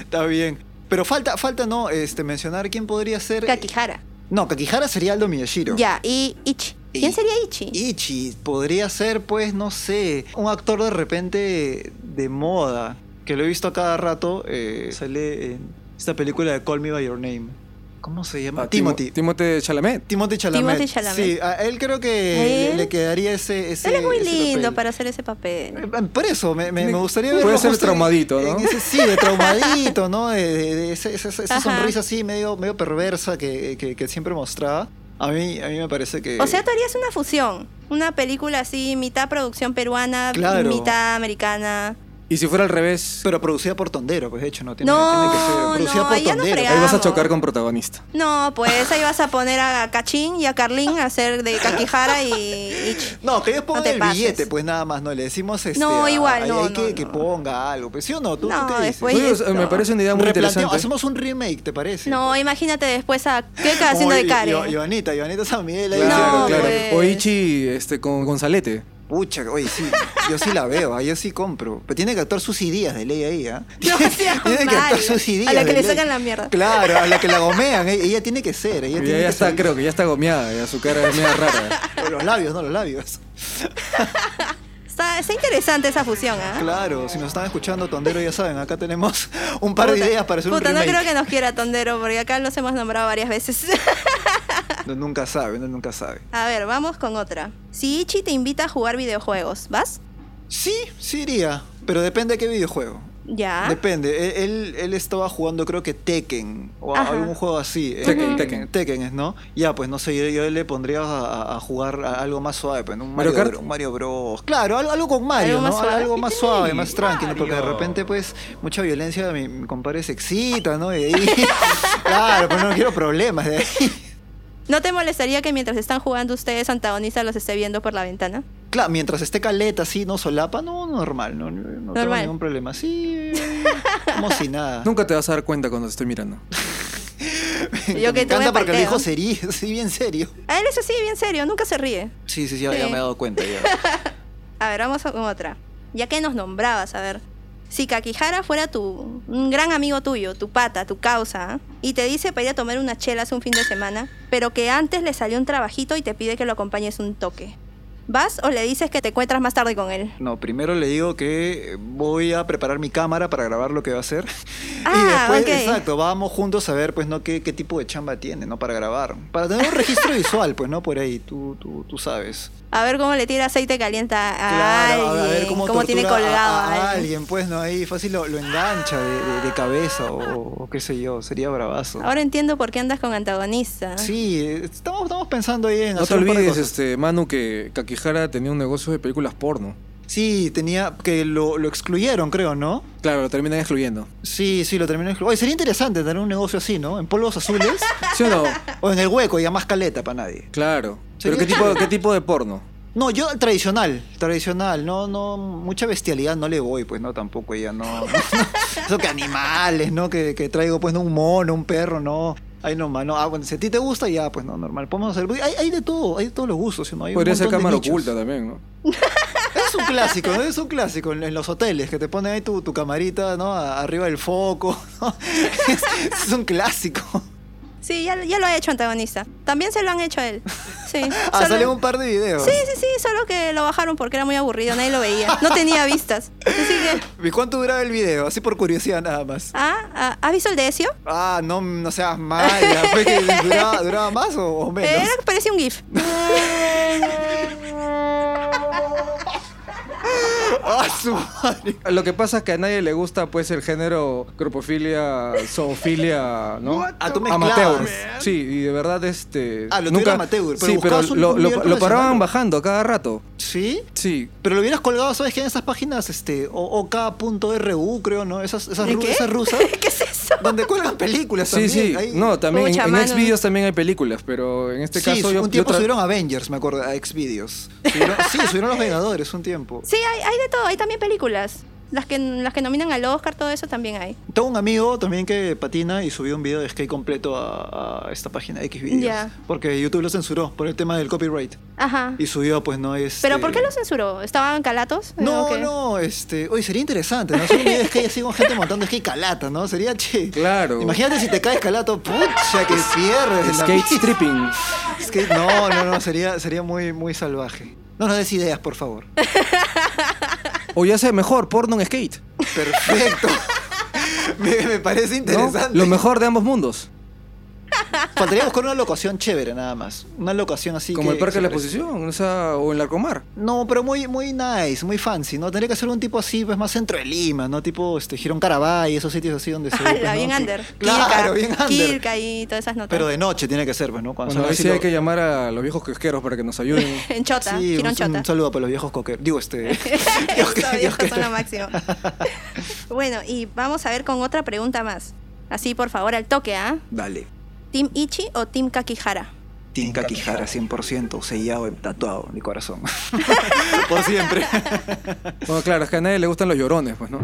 S3: Está bien. Pero falta, falta no este, mencionar quién podría ser.
S1: Kakihara.
S3: No, Kakihara sería Aldo Miyashiro.
S1: Ya, y Ichi. ¿Quién
S3: Y-
S1: sería Ichi?
S3: Ichi podría ser, pues, no sé, un actor de repente de moda, que lo he visto a cada rato. eh, sale en esta película de Call Me By Your Name. ¿Cómo se
S2: Ah,
S3: llama?
S2: Timo-
S3: Timothy.
S2: Timothée Chalamet.
S3: Timothy Chalamet.
S1: Timothée Chalamet.
S3: Sí, a él creo
S1: ¿A
S3: que
S1: él?
S3: le quedaría ese. ese
S1: Él es muy
S3: ese
S1: lindo
S3: papel.
S1: para hacer ese papel.
S3: Eh, Por eso, me, me- me gustaría
S2: Puede
S3: verlo
S2: ser
S3: justo en-
S2: traumadito, ¿no?
S3: en ese- sí, de traumadito, ¿no? De, de- de ese- esa, esa
S1: Ajá.
S3: sonrisa así medio, medio perversa que, que- que siempre mostraba. A mí, a mí me parece que...
S1: O sea, tú harías una fusión. Una película así, mitad producción peruana,
S3: Claro.
S1: mitad americana.
S2: Y si fuera al revés,
S3: Pero producida por Tondero, pues de hecho, no tiene,
S1: No,
S3: tiene que ser
S1: no,
S3: producida por
S1: ahí ya no
S3: Tondero.
S1: fregaba.
S2: ahí vas a
S1: Vamos.
S2: chocar con protagonista.
S1: No, pues ahí vas a poner a Cachín y a Carlín a hacer de Kakihara y Ichi.
S3: No, que ellos pongan
S1: te
S3: el
S1: pases.
S3: billete, pues nada más, no le decimos este.
S1: No,
S3: a-
S1: igual,
S3: ahí
S1: no,
S3: hay
S1: no,
S3: que, que
S1: no.
S3: ponga algo, pues sí o no, tú,
S1: No,
S3: ¿tú qué dices?
S1: después- Oye,
S2: Oye, o sea, me
S1: no.
S2: parece una idea muy
S3: Replanteo-
S2: interesante.
S3: hacemos un remake, ¿te parece?
S1: No, imagínate después a Keka haciendo
S3: Como
S1: de
S3: Io-
S1: Karen.
S3: Io- Ivanita, Ivanita San Miguel ahí.
S2: Claro,
S1: No,
S2: claro.
S1: pues.
S2: O Ichi este, con Gonzalete.
S3: Pucha, oye, sí, yo sí la veo, ah, yo sí compro. Pero tiene que actuar sus ideas de ley ahí, ¿ah?
S1: No seas
S3: tiene que
S1: malo.
S3: actuar sus ideas.
S1: A la que
S3: de
S1: le
S3: ley.
S1: sacan la mierda.
S3: Claro, a la que la gomean, eh, ella tiene que ser, ella
S2: Ya,
S3: tiene
S2: ya
S3: que
S2: está,
S3: salir.
S2: creo que ya está gomeada, ya su cara es media rara.
S3: Pero Los labios, no los labios.
S1: Está, está interesante esa fusión, ¿ah?
S3: Claro, si nos están escuchando, Tondero, ya saben, acá tenemos un par
S1: Puta-
S3: de ideas para hacer
S1: Puta,
S3: un remake.
S1: no creo que nos quiera Tondero, porque acá los hemos nombrado varias veces.
S3: No, nunca sabe, no, nunca sabe.
S1: a ver, vamos con otra. Si Ichi te invita a jugar videojuegos, ¿vas?
S3: Sí, sí iría, pero depende de qué videojuego.
S1: Ya.
S3: Depende, él, él- él estaba jugando creo que Tekken o
S1: Ajá.
S3: algún juego así. eh,
S2: Tekken,
S3: eh,
S2: Tekken.
S3: Tekken es, ¿no? Ya, pues no sé, yo, yo le pondría a, a- a jugar a algo más suave, pues, ¿no? un
S2: ¿Mario
S3: Mario,
S2: Kart?
S3: Bro- un Mario Bros. Claro, al- algo, con Mario,
S1: Algo más
S3: ¿no?
S1: suave.
S3: Algo más suave, más tranquilo, porque de
S6: Mario.
S3: repente pues mucha violencia mi, mi compadre se excita, ¿no? Y ahí, claro, pues no quiero problemas de ahí.
S1: ¿No te molestaría que mientras están jugando ustedes, antagonista los esté viendo por la ventana?
S3: Claro, mientras esté caleta así, no solapa, no, normal, no, no tengo
S1: Normal.
S3: ningún problema. Sí, eh, como si nada.
S2: Nunca te vas a dar cuenta cuando te estoy mirando.
S1: Yo
S3: me
S1: que tú me
S3: encanta porque le
S1: palteo.
S3: dijo sería, sí, bien serio.
S1: A él eso sí, bien serio, nunca se ríe.
S3: Sí, sí, sí, ya,
S1: Sí.
S3: ya me he dado cuenta. Ya.
S1: A ver, vamos con otra. Ya que nos nombrabas, a ver. Si Kakihara fuera tu un gran amigo tuyo, tu pata, tu causa, ¿ah? y te dice para ir a tomar unas chelas un fin de semana, pero que antes le salió un trabajito y te pide que lo acompañes un toque. ¿Vas o le dices que te encuentras más tarde con él?
S3: No, primero le digo que voy a preparar mi cámara para grabar lo que va a hacer. y
S1: Ah,
S3: después,
S1: ok.
S3: exacto, vamos juntos a ver, pues, ¿no? Qué, qué tipo de chamba tiene, ¿no? Para grabar. Para tener un registro visual, pues, ¿no? Por ahí, tú, tú, tú sabes.
S1: A ver cómo le tira aceite caliente a
S3: Claro,
S1: alguien, cómo, tiene
S3: tortura
S1: colgado
S3: a, a- a
S1: a alguien.
S3: alguien, pues, ¿no? Ahí fácil lo, lo engancha de, de- de cabeza o, o qué sé yo, sería bravazo.
S1: Ahora entiendo por qué andas con antagonista.
S3: Sí, estamos, estamos pensando ahí en
S2: No te
S3: hacer un par de
S2: olvides,
S3: cosas.
S2: este, Manu, que Kakihara tenía un negocio de películas porno.
S3: Sí, tenía que lo, lo excluyeron, creo, ¿no?
S2: Claro, lo terminan excluyendo.
S3: Sí, sí, lo terminó excluyendo. Oye, sería interesante tener un negocio así, ¿no? En polvos azules
S2: ¿Sí o no?
S3: o en el hueco y a más caleta para nadie.
S2: Claro. ¿Pero
S3: Sería
S2: qué tipo,
S3: chévere.
S2: qué tipo de porno?
S3: No, yo tradicional, tradicional, no, no, mucha bestialidad no le voy, pues no, tampoco ella, no. no. Eso que animales, ¿no? Que, que traigo, pues, no, un mono, un perro, no. Ay, no, mano. Ah, bueno, si a ti te gusta, ya, pues no, normal. Podemos hacer. Hay, hay de todo, hay de todos los gustos, ¿no? Hay un
S2: Podría ser
S3: montón de
S2: cámara
S3: nichos.
S2: oculta también, ¿no?
S3: Es un clásico, ¿no? Es un clásico en, en los hoteles, que te ponen ahí tu, tu camarita, ¿no? A- Arriba del foco, ¿no? Es, es un clásico.
S1: Sí, ya, ya lo ha hecho antagonista. También se lo han hecho a él. Sí.
S3: Ah,
S1: solo-
S3: salen un par de videos.
S1: Sí, sí, sí, solo que lo bajaron porque era muy aburrido, nadie lo veía. No tenía vistas. Así que,
S3: ¿Y cuánto duraba el video? Así por curiosidad nada más.
S1: ah, ah, ¿has visto el de Ezio?
S3: Ah, no, no seas mala. Fue que ¿Duraba, duraba más o, o menos?
S1: Eh, Era, parecía un GIF.
S3: Ah, su madre.
S2: Lo que pasa es que a nadie le gusta, pues, el género cropofilia, zoofilia, ¿no?
S3: Ah, tú mezclabas.
S2: amateur. Sí, y de verdad, este.
S3: Ah, lo tuyo era amateur, pero
S2: sí, pero
S3: buscabas un-
S2: lo,
S3: un
S2: lo-
S3: nivel
S2: lo paraban
S3: profesional.
S2: bajando a cada rato.
S3: ¿Sí?
S2: Sí.
S3: Pero lo hubieras colgado, ¿sabes qué? En esas páginas, este, o- ok.ru, creo, ¿no? Esas, esas,
S1: ¿De
S3: ru-
S1: qué?
S3: esas rusas.
S1: ¿Qué es eso?
S3: Donde cuelgan películas
S2: Sí,
S3: también.
S2: sí.
S3: ahí.
S2: No, también.
S1: Pucha,
S2: en
S1: mano.
S2: Xvideos también hay películas, pero en este
S3: sí,
S2: caso yo.
S3: un
S2: yo
S3: tiempo
S2: tra-
S3: subieron Avengers, me acuerdo, a Xvideos. Subieron- sí, subieron Los Vengadores un tiempo.
S1: Sí, hay, hay de todo, hay también películas. Las que, las que nominan al Oscar, todo eso también hay.
S3: Tengo un amigo también que patina y subió un video de skate completo a, a esta página de Xvideos.
S1: Ya.
S3: Porque YouTube lo censuró por el tema del copyright.
S1: Ajá.
S3: Y subió, pues no es.
S1: ¿Pero por qué lo censuró? ¿Estaban calatos? ¿O
S3: No,
S1: qué?
S3: no, este. Oye, sería interesante, ¿no? Hacer un video de skate así con gente montando skate calata, ¿no? Sería che.
S2: Claro.
S3: Imagínate si te caes calato, pucha, que cierres. en la
S2: Skate
S3: vida.
S2: stripping.
S3: Skate- No, no, no, sería, sería muy, muy salvaje. No nos des ideas, por favor.
S2: O ya sé, mejor, porno en skate.
S3: Perfecto. Me, me parece
S2: ¿no?
S3: interesante.
S2: Lo mejor de ambos mundos.
S3: Faltaría buscar una locación chévere, nada más. Una locación así.
S2: como
S3: que-
S2: el Parque de la
S3: que parezca-
S2: Exposición, o sea, o el Larcomar.
S3: No, pero muy, muy nice, muy fancy, ¿no? Tendría que ser un tipo así, pues más centro de Lima, ¿no? Tipo este, Girón Carabay, esos sitios así donde se. ve,
S1: Ala,
S3: pues, ¿no?
S1: Ah, bien
S3: Que-
S1: under. Quilca,
S3: Claro, bien under.
S1: Quilca y todas esas notas.
S3: Pero de noche tiene que ser, pues, ¿no? Cuando
S2: Bueno,
S3: son
S2: ahí
S3: así
S2: sí hay
S3: lo-
S2: que llamar a los viejos kiosqueros para que nos ayuden.
S1: En Chota,
S3: Sí,
S1: Girón
S3: un,
S1: Chota.
S3: un saludo para los viejos coqueros. Digo, este.
S1: Eso,
S3: Dios que- Dios
S1: viejos
S3: que-
S1: son lo máximo. bueno, y vamos a ver con otra pregunta más. Así, por favor, al toque, ¿ah?
S3: Dale.
S1: ¿Team Ichi o Team Kakihara?
S3: Tinka Kijara 100%, sellado y tatuado en mi corazón. Por siempre.
S2: Bueno, claro, es que a nadie le gustan los llorones, pues, ¿no?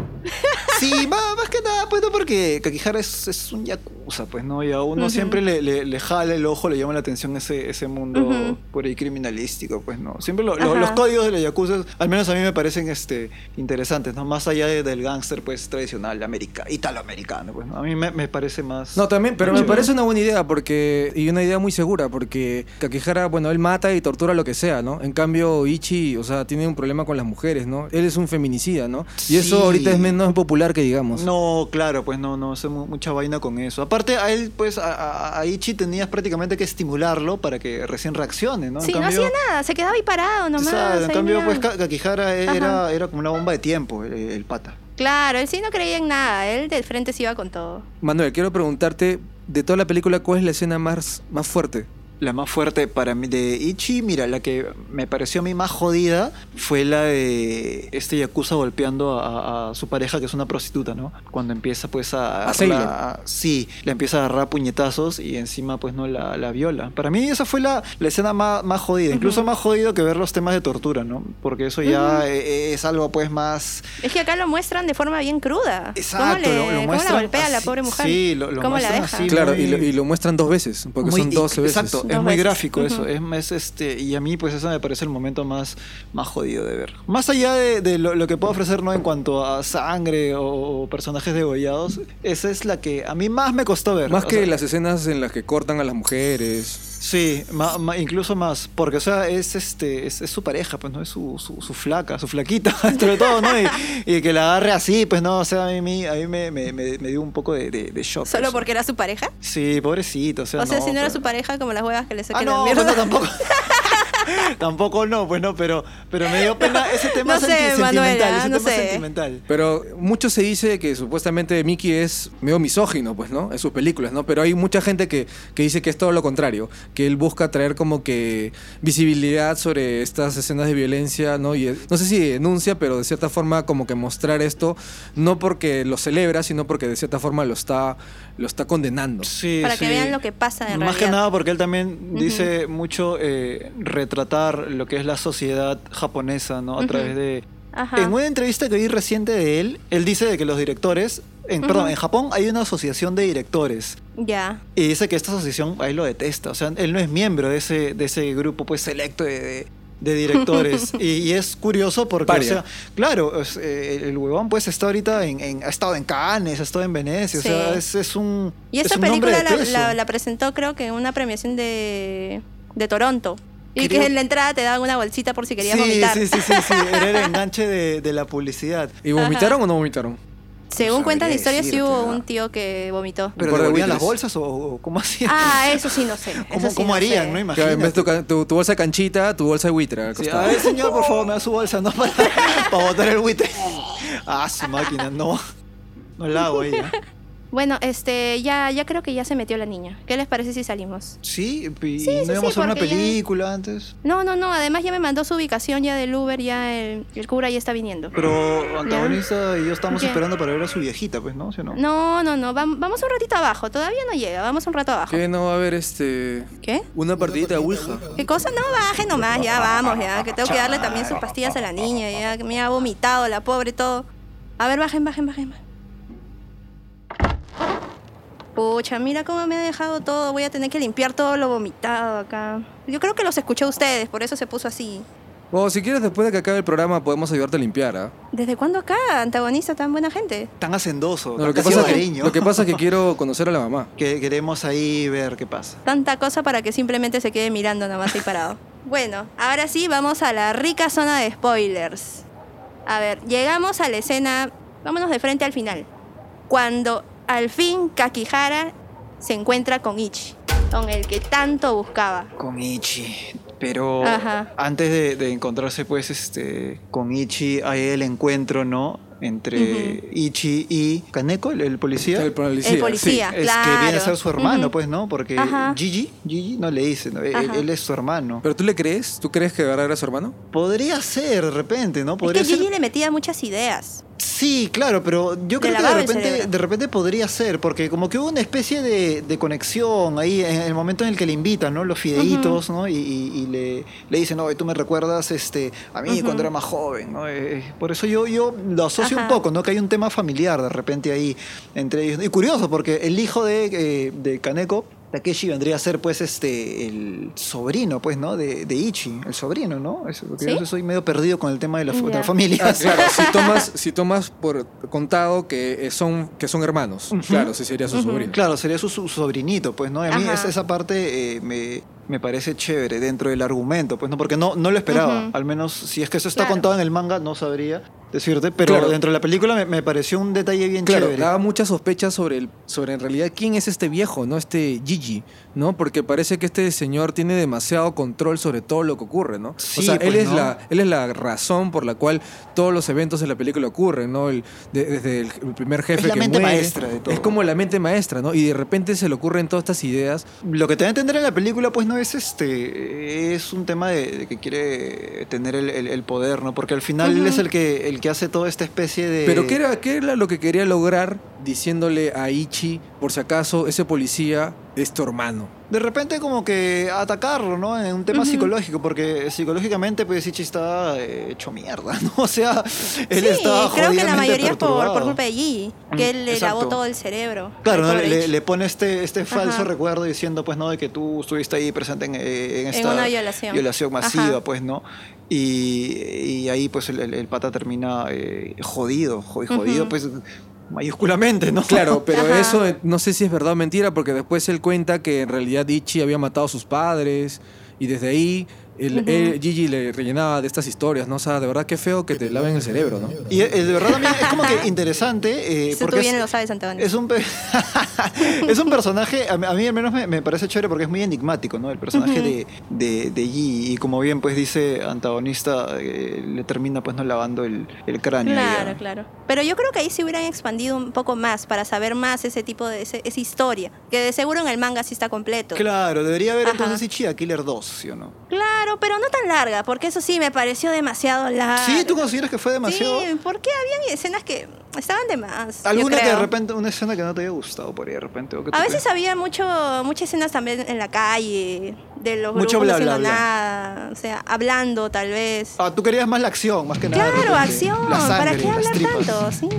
S3: Sí, ma- más que nada, pues no, porque Kakihara es, es un yakuza, pues no, y a uno siempre le, le- le jala el ojo, le llama la atención ese, ese mundo
S1: Ujú.
S3: por ahí criminalístico, pues no. Siempre lo- lo-
S1: Ajá.
S3: los códigos de la yakuza, al menos a mí me parecen este, interesantes, ¿no? Más allá de- del gángster, pues tradicional, america, italoamericano, pues ¿no? A mí me, me parece más.
S2: No, también, pero me
S3: Chévere.
S2: parece una buena idea porque y una idea muy segura porque Kakihara, bueno, él mata y tortura lo que sea, ¿no? En cambio, Ichi, o sea, tiene un problema con las mujeres, ¿no? Él es un feminicida, ¿no? Y eso
S3: Sí.
S2: ahorita es menos popular que digamos.
S3: No, claro, pues no, no, hace mu- mucha vaina con eso. Aparte, a él, pues, a, a- a Ichi tenías prácticamente que estimularlo para que recién reaccione, ¿no? En
S1: sí, no
S3: cambio-
S1: hacía nada, se quedaba ahí parado nomás.
S3: Exacto, en
S1: ahí
S3: cambio, pues
S1: mirando.
S3: Ka- Kakihara era, era como una bomba de tiempo, el, el pata.
S1: Claro, él sí no creía en nada, él del frente se iba con todo.
S2: Manuel, quiero preguntarte de toda la película cuál es la escena más más fuerte.
S3: La más fuerte para mí de Ichi, mira, la que me pareció a mí más jodida fue la de este Yakuza golpeando a, a- a su pareja, que es una prostituta, ¿no? Cuando empieza pues a...
S2: A Sailor.
S3: a- sí, la empieza a agarrar a puñetazos y encima pues no la, la viola. Para mí esa fue la, la escena más, más jodida, incluso más jodido que ver los temas de tortura, ¿no? Porque eso ya eh, es algo pues más...
S1: Es que acá lo muestran de forma bien cruda. ¿Cómo,
S3: Exacto,
S1: le-
S3: lo- lo
S1: cómo
S3: muestran
S1: la golpea la
S3: así-
S1: pobre mujer?
S3: sí, lo- lo
S1: ¿Cómo la
S3: muestran
S1: deja?
S3: así.
S2: Claro, y
S3: muy-
S2: lo, y lo muestran dos veces, porque
S3: Muy-
S2: son 12 veces.
S3: Exacto, es
S1: Dos
S3: muy
S1: veces.
S3: gráfico eso.
S1: Ujú.
S3: Es, es, este, y a mí, pues, eso me parece el momento más, más jodido de ver. Más allá de, de lo, lo que puedo ofrecer, ¿no? En cuanto a sangre o, o personajes degollados, esa es la que a mí más me costó ver.
S2: Más
S3: O
S2: que
S3: sea,
S2: las escenas en las que cortan a las mujeres.
S3: Sí, ma- ma- incluso más. Porque, o sea, es, este, es, es su pareja, pues, ¿no? Es su, su, su flaca, su flaquita, entre todo, ¿no? Y, y que la agarre así, pues, no. O sea, a mí, a mí me, me, me- me dio un poco de, de, de shock.
S1: ¿Solo
S3: eso.
S1: porque era su pareja?
S3: Sí, pobrecito. O sea,
S1: O sea, si no era
S3: pero-
S1: su pareja, como las huevas que le
S3: Ah,
S1: sacan
S3: no,
S1: la
S3: pues
S1: mierda.
S3: no, tampoco. tampoco no, pues no, pero, pero me dio pena ese tema
S1: No sé,
S3: senti- sentimental.
S1: Manuela,
S3: ese
S1: no
S3: tema
S1: sé.
S3: sentimental.
S2: Pero mucho se dice que supuestamente Mickey es medio misógino, pues, ¿no? En sus películas, ¿no? Pero hay mucha gente que, que dice que es todo lo contrario, que él busca traer como que visibilidad sobre estas escenas de violencia, ¿no? Y eh, no sé si denuncia, pero de cierta forma como que mostrar esto, no porque lo celebra, sino porque de cierta forma lo está, lo está condenando.
S3: Sí,
S1: Para que
S3: sí.
S1: vean lo que pasa en
S3: Más
S1: realidad.
S3: que nada porque él también dice mucho eh, retratar lo que es la sociedad japonesa, ¿no? A
S1: Ujú.
S3: través de...
S1: Ajá.
S3: En una entrevista que vi reciente de él, él dice de que los directores... En, Perdón, en Japón hay una asociación de directores.
S1: Ya.
S3: Y dice que esta asociación ahí lo detesta. O sea, él no es miembro de ese, de ese grupo pues selecto de, de- de directores. y, y es curioso porque,
S2: Paria.
S3: o sea, claro, es, eh, el, el huevón pues está ahorita en, en- ha estado en Cannes, ha estado en Venecia.
S1: Sí.
S3: O sea, es, es un.
S1: Y
S3: es
S1: esa
S3: un hombre
S1: película
S3: de
S1: la,
S3: peso.
S1: la- la presentó creo que en una premiación de, de Toronto. Y
S3: Creo-
S1: que en la entrada te daban una bolsita por si querías
S3: sí,
S1: vomitar.
S3: sí, sí, sí, sí, Era el enganche de, de la publicidad.
S2: ¿Y vomitaron o no vomitaron?
S1: Según
S3: No
S1: cuentan la
S3: sabría
S1: historia, sí
S3: decirte,
S1: hubo
S3: ¿verdad?
S1: un tío que vomitó.
S3: ¿Pero
S2: Por
S3: le
S2: de buitres.
S3: volvían las bolsas o, o cómo hacían?
S1: Ah, eso sí no sé.
S3: ¿Cómo,
S1: eso sí
S3: cómo
S1: no
S3: harían?
S1: sé.
S3: No imagino.
S2: Claro, en vez de tu, ca- tu, tu bolsa de canchita, tu bolsa de buitre al
S3: Sí,
S2: costado.
S3: a ver, señor, por favor, me da su bolsa, ¿no? Para, para botar el buitre. Ah, su máquina, no. No la hago ahí, ¿ah?
S1: Bueno, este, ya, ya creo que ya se metió la niña. ¿Qué les parece si salimos?
S3: Sí,
S1: Sí,
S3: y
S1: sí,
S3: no íbamos
S1: sí,
S3: a ver una
S1: porque ya-
S3: película antes.
S1: No, no, no. Además ya me mandó su ubicación ya del Uber, ya el, el cura ya está viniendo.
S3: Pero antagonista y yo estamos
S1: Ya.
S3: esperando para ver a su viejita, pues, ¿no? ¿Sí o no?
S1: No, no, no. vam- vamos un ratito abajo. Todavía no llega. Vamos un rato abajo.
S2: ¿Qué no va a haber este
S1: ¿Qué?
S2: una partidita de Ouija?
S1: ¿Qué cosa? No, baje nomás, ya vamos, ya. Que tengo que darle también sus pastillas a la niña, ya. Que me ha vomitado la pobre todo. A ver, bajen, bajen, bajen. bajen. Pucha, mira cómo me ha dejado todo. Voy a tener que limpiar todo lo vomitado acá. Yo creo que los escuché a ustedes, por eso se puso así.
S2: O si quieres, después de que acabe el programa, podemos ayudarte a limpiar, ¿ah?
S1: ¿Desde cuándo acá, antagonista, tan buena gente?
S3: Tan hacendoso,
S2: No, lo, que
S3: tan
S2: pasa es que,
S3: cariño.
S2: lo que pasa es que quiero conocer a la mamá.
S3: Que queremos ahí ver qué pasa.
S1: Tanta cosa para que simplemente se quede mirando nomás ahí parado. Bueno, ahora sí vamos a la rica zona de spoilers. A ver, llegamos a la escena, vámonos de frente al final. Cuando al fin Kakihara se encuentra con Ichi, con el que tanto buscaba.
S3: Con Ichi. Pero
S1: Ajá.
S3: antes de, de encontrarse, pues, este, con Ichi, hay el encuentro, ¿no? Entre Ichi y Kaneko, el, el policía.
S2: El policía.
S1: El policía.
S3: Es que
S1: claro.
S3: viene a ser su hermano,
S1: Ujú.
S3: pues, ¿no? Porque
S1: Ajá.
S3: Gigi, Gigi no le dice, ¿no? Él,
S1: Ajá.
S3: él es su hermano.
S2: ¿Pero tú le crees? ¿Tú crees que de verdad era su hermano?
S3: Podría ser, de repente, ¿no?
S1: Es
S3: Podría
S1: que Gigi
S3: ser.
S1: le metía muchas ideas.
S3: Sí, claro, pero
S1: Te
S3: yo creo que de
S1: lavaba el
S3: repente,
S1: cerebro.
S3: de repente podría ser, porque como que hubo una especie de, de conexión ahí en el momento en el que le invitan, ¿no? Los fideitos, ¿no? Y, y- y le, le dicen, no, tú me recuerdas este, a mí cuando era más joven, ¿no? Eh, por eso yo, yo lo asocio un
S1: Ajá.
S3: poco, ¿no? Que hay un tema familiar de repente ahí entre ellos. Y curioso, porque el hijo de, eh, de Kaneko... Takeshi vendría a ser, pues, este, el sobrino, pues, ¿no? De, de Ichi, el sobrino, ¿no? Es- porque
S1: ¿Sí?
S3: Yo soy medio perdido con el tema de la, fa- de la
S1: Ya.
S3: familia.
S2: Ah, claro, si tomas, si tomas por contado que eh, son, que son hermanos, claro, sí sería su sobrino.
S3: Claro, sería su, su sobrinito, pues, ¿no? Y a mí
S1: Ajá.
S3: esa, esa parte eh, me, me parece chévere dentro del argumento, pues, ¿no? Porque no, no lo esperaba.
S1: Ujú.
S3: Al menos, si es que eso está
S1: Claro.
S3: contado en el manga, no sabría decirte, pero
S2: Claro.
S3: dentro de la película me, me pareció un detalle bien
S2: Claro,
S3: chévere.
S2: daba muchas sospechas sobre, el, sobre en realidad quién es este viejo, ¿no? Este Gigi, ¿no? Porque parece que este señor tiene demasiado control sobre todo lo que ocurre, ¿no?
S3: Sí,
S2: o sea, él,
S3: pues,
S2: es
S3: ¿no?
S2: la, él es la razón por la cual todos los eventos en la película ocurren, ¿no? El- de- desde el, el primer jefe
S3: Es la
S2: que
S3: mente
S2: muere.
S3: maestra de todo.
S2: Es como la mente maestra, ¿no? Y de repente se le ocurren todas estas ideas.
S3: Lo que te va a entender en la película, pues no es este. Es un tema de, de que quiere tener el, el- el poder, ¿no? Porque al final él es el que, el que hace toda esta especie de.
S2: Pero ¿qué era, ¿qué era lo que quería lograr diciéndole a Ichi, por si acaso, ese policía es tu hermano?
S3: De repente como que atacarlo, ¿no? En un tema psicológico, porque psicológicamente pues Ichi está eh, hecho mierda, ¿no? O sea, él
S1: sí,
S3: está
S1: creo que la
S3: jodidamente
S1: mayoría es por,
S3: perturbado.
S1: por culpa de Gigi, que
S3: Mm,
S1: él le
S3: exacto.
S1: lavó todo el cerebro.
S3: Claro,
S1: al
S3: ¿no?
S1: pobre
S3: le,
S1: Ichi.
S3: le pone este, este falso
S1: Ajá.
S3: recuerdo diciendo, pues, ¿no? De que tú estuviste ahí presente en, eh, en esta
S1: una violación.
S3: masiva,
S1: Ajá.
S3: pues, ¿no? Y, y ahí, pues, el, el- el pata termina eh, jodido, jo- jodido,
S1: Ujú.
S3: pues, mayúsculamente, ¿no?
S2: Claro, pero
S1: Ajá.
S2: eso eh, no sé si es verdad o mentira, porque después él cuenta que en realidad Ichi había matado a sus padres y desde ahí el,
S1: Ujú.
S2: él- Gigi le rellenaba de estas historias, ¿no? O sea, de verdad qué feo que te laven el cerebro, ¿no?
S3: Y eh, de verdad también es como que interesante. eh,
S1: Eso tú
S3: porque
S1: bien
S3: es-
S1: lo sabes, Antonio.
S3: Es un, pe- es un personaje, a mí a mí al menos me, me parece chévere porque es muy enigmático, ¿no? El personaje de, de, de Yi. Y como bien pues dice antagonista, eh, le termina pues no lavando el, el cráneo.
S1: Claro,
S3: ya.
S1: claro. Pero yo creo que ahí se hubieran expandido un poco más para saber más ese tipo de ese- esa historia, que de seguro en el manga sí está completo.
S3: Claro, debería haber
S1: Ajá.
S3: entonces Ichi a Killer 2, ¿sí o no?
S1: Claro, pero no tan larga, porque eso sí me pareció demasiado larga.
S3: Sí, ¿tú consideras que fue demasiado?
S1: Sí, porque habían escenas que estaban de más. yo
S3: ¿Alguna que de
S1: creo.
S3: repente, una escena que no te haya gustado por ahí de repente? o que
S1: A
S3: tú
S1: veces
S3: creas?
S1: había mucho, muchas escenas también en la calle, de los
S3: Mucho
S1: grupos
S3: bla, bla,
S1: haciendo
S3: bla.
S1: nada, o sea, hablando tal vez.
S3: Ah, tú querías más la acción, más que nada. de
S1: claro,
S3: repente.
S1: acción,
S3: La
S1: ¿para
S3: sangre,
S1: qué
S3: las
S1: hablar
S3: tripas.
S1: tanto? Sí.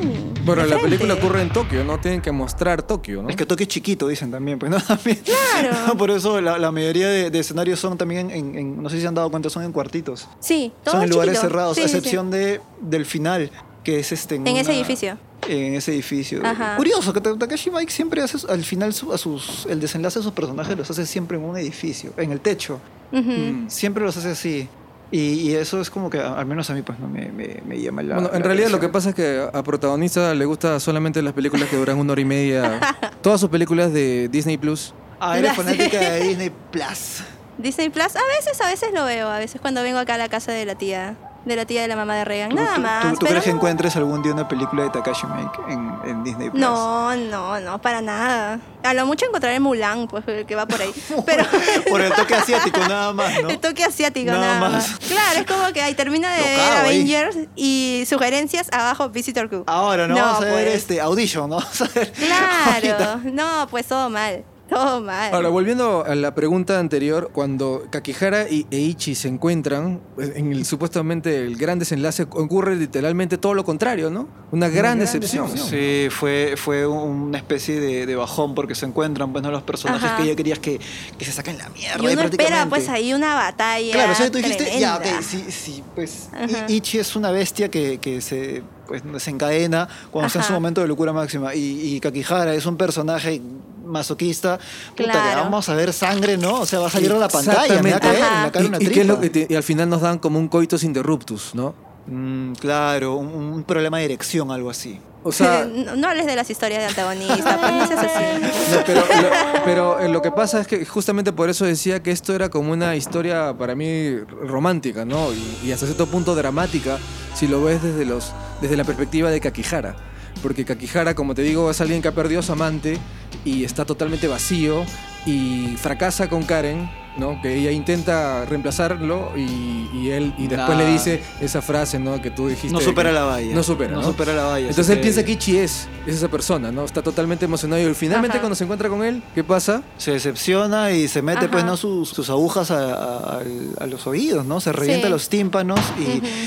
S2: Bueno,
S1: de
S2: la
S1: frente.
S2: película ocurre en Tokio, ¿no? Tienen que mostrar Tokio, ¿no?
S3: Es que Tokio es chiquito, dicen también, pues no también.
S1: Claro.
S3: Por eso la, la mayoría de, de escenarios son también, en, en- no sé si se han dado cuenta, son en cuartitos.
S1: Sí, todo
S3: son en
S1: es
S3: lugares
S1: chiquito.
S3: cerrados,
S1: Sí,
S3: a
S1: sí, sí.
S3: excepción de, del final, que es este.
S1: En ese edificio.
S3: En ese edificio.
S1: Ajá.
S3: Curioso, que Ta- Takashi Mike siempre hace, su- al final, su- a sus, el desenlace de sus personajes los hace siempre en un edificio, en el techo.
S1: Ujú.
S2: Mm.
S3: Siempre los hace así. Y, y eso es como que, a- al menos a mí, pues no me, me, me llama la.
S2: Bueno, en
S3: la
S2: realidad lo que
S3: atención.
S2: pasa es que a protagonista le gusta solamente las películas que duran una hora y media. Todas sus películas de Disney Plus.
S3: Ah, eres
S1: Ya sé.
S3: fanática de Disney Plus.
S1: Disney Plus, a veces, a veces lo veo, a veces cuando vengo acá a la casa de la tía, de la tía de la mamá de Reagan,
S3: ¿Tú,
S1: nada
S3: tú-
S1: más.
S3: tú- tú
S1: pero
S3: crees que
S1: no-
S3: encuentres algún día una película de Takashi Miike en, en Disney Plus?
S1: No, no, no, para nada. A lo mucho encontraré Mulan, pues el que va por ahí. Pero
S3: Por el toque asiático, nada más, ¿no?
S1: el toque asiático,
S3: Nada
S1: nada,
S3: más.
S1: más. Claro, es como que ahí termina de
S3: Lo
S1: ver
S3: cago ahí.
S1: Avengers y sugerencias abajo Visitor Crew.
S3: Ahora no, vamos a ver
S1: pues.
S3: este audition, ¿no? Vamos a ver.
S1: Claro,
S3: ahorita.
S1: no, pues todo mal, todo mal.
S2: Ahora, volviendo a la pregunta anterior, cuando Kakihara y Eichi se encuentran, pues, en el supuestamente el gran desenlace ocurre literalmente todo lo contrario, ¿no? Una gran decepción.
S3: Sí, fue, fue una especie de, de bajón porque se encuentran pues, ¿no? los personajes
S1: Ajá.
S3: que ya querías que, que se saquen la mierda.
S1: y
S3: ahí
S1: uno espera
S3: prácticamente.
S1: pues ahí una batalla.
S3: Claro, o sea, tú dijiste, ya,
S1: tremenda.
S3: ok, sí, sí, pues I-
S1: Ajá.
S3: Ichi es una bestia que, que se pues, desencadena cuando está en su
S1: Ajá.
S3: momento de locura máxima. Y, y Kakihara es un personaje masoquista. Puta, que
S1: Claro.
S3: vamos a ver sangre, ¿no? O sea, va a salir a la pantalla, me va a
S2: Exactamente.
S3: caer,
S1: Ajá.
S3: me va a caer una
S2: Y, y qué es lo
S3: tripa.
S2: que te- y al final nos dan como un coitus interruptus, ¿no?
S3: Mm, claro, un, un problema de erección, algo así.
S2: O sea,
S1: no, no hables de las historias de antagonista, pues no seas así.
S2: No, pero, lo, pero, eh, lo que pasa es que justamente por eso decía que esto era como una historia para mí romántica, ¿no? Y, y hasta cierto punto dramática si lo ves desde, los, desde la perspectiva de Kakihara. Porque Kakihara, como te digo, es alguien que ha perdido a su amante y está totalmente vacío y fracasa con Karen ¿no? Que ella intenta reemplazarlo y, y él y después
S3: Nah.
S2: le dice esa frase, ¿no? Que tú dijiste.
S3: No supera
S2: que-
S3: la valla.
S2: No supera,
S3: No
S2: ¿no?
S3: supera la valla,
S2: Entonces
S3: así
S2: él
S3: que-
S2: piensa que Ichi es, es esa persona, ¿no? Está totalmente emocionado y finalmente
S1: Ajá.
S2: cuando se encuentra con él, ¿qué pasa?
S3: Se decepciona y se mete,
S1: Ajá.
S3: pues, ¿no? Sus, sus agujas a, a- al- a los oídos, ¿no? Se revienta
S1: Sí.
S3: los tímpanos.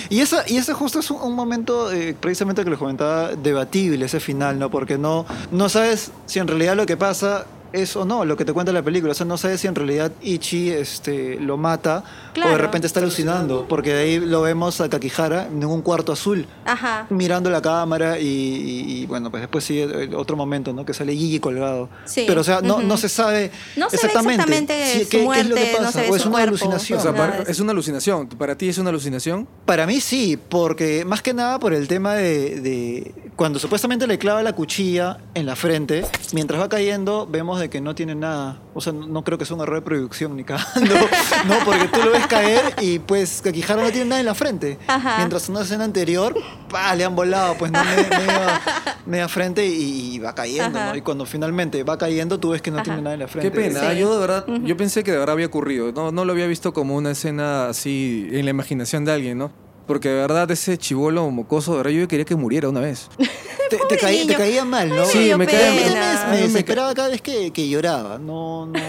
S3: Y, y, esa, y ese justo es un, un momento, eh, precisamente que les comentaba, debatible ese final, ¿no? Porque no, no sabes si en realidad lo que pasa es o no lo que te cuenta la película. O sea, no sabes si en realidad Ichi este, lo mata o de
S1: Claro.
S3: repente está alucinando. Porque de ahí lo vemos a Kakihara en un cuarto azul
S1: Ajá.
S3: mirando la cámara y, y- y, bueno, pues después sigue el otro momento, ¿no? Que sale Gigi colgado.
S1: Sí.
S3: Pero o sea, no,
S1: Ujú.
S3: no se sabe
S1: No se ve
S3: exactamente,
S1: exactamente
S3: si-
S1: su
S3: qué, qué es lo que
S1: muerte, no
S3: pasa.
S1: se ve
S3: o es
S1: su
S3: una
S1: cuerpo.
S3: alucinación.
S2: O sea,
S1: No,
S2: para-
S1: es-
S2: es una alucinación. ¿Para ti es una alucinación?
S3: Para mí sí, porque más que nada por el tema de, de cuando supuestamente le clava la cuchilla en la frente, mientras va cayendo vemos de que no tiene nada. O sea, no, no creo que sea un error de producción ni cagando. no, porque tú lo ves caer y pues Kakihara no tiene nada en la frente.
S1: Ajá.
S3: Mientras en una escena anterior, pa, le han volado pues no Me- media, media frente y, y va cayendo.
S1: Ajá.
S3: ¿no? Y cuando finalmente va cayendo tú ves que no tiene nada en la frente.
S2: Qué pena, ¿eh?
S1: Sí.
S2: yo de verdad, yo pensé que de verdad había ocurrido, no, no lo había visto como una escena así en la imaginación de alguien, ¿no? Porque de verdad ese chivolo mocoso, de verdad yo quería que muriera una vez.
S3: Te, te
S1: Pobre
S3: caí- te
S1: niño.
S3: caía mal, ¿no?
S1: Ay,
S2: Sí, me caía-
S3: A mí también
S1: pena.
S3: me
S2: Me ca-
S3: desesperaba cada vez que, que lloraba. No, no.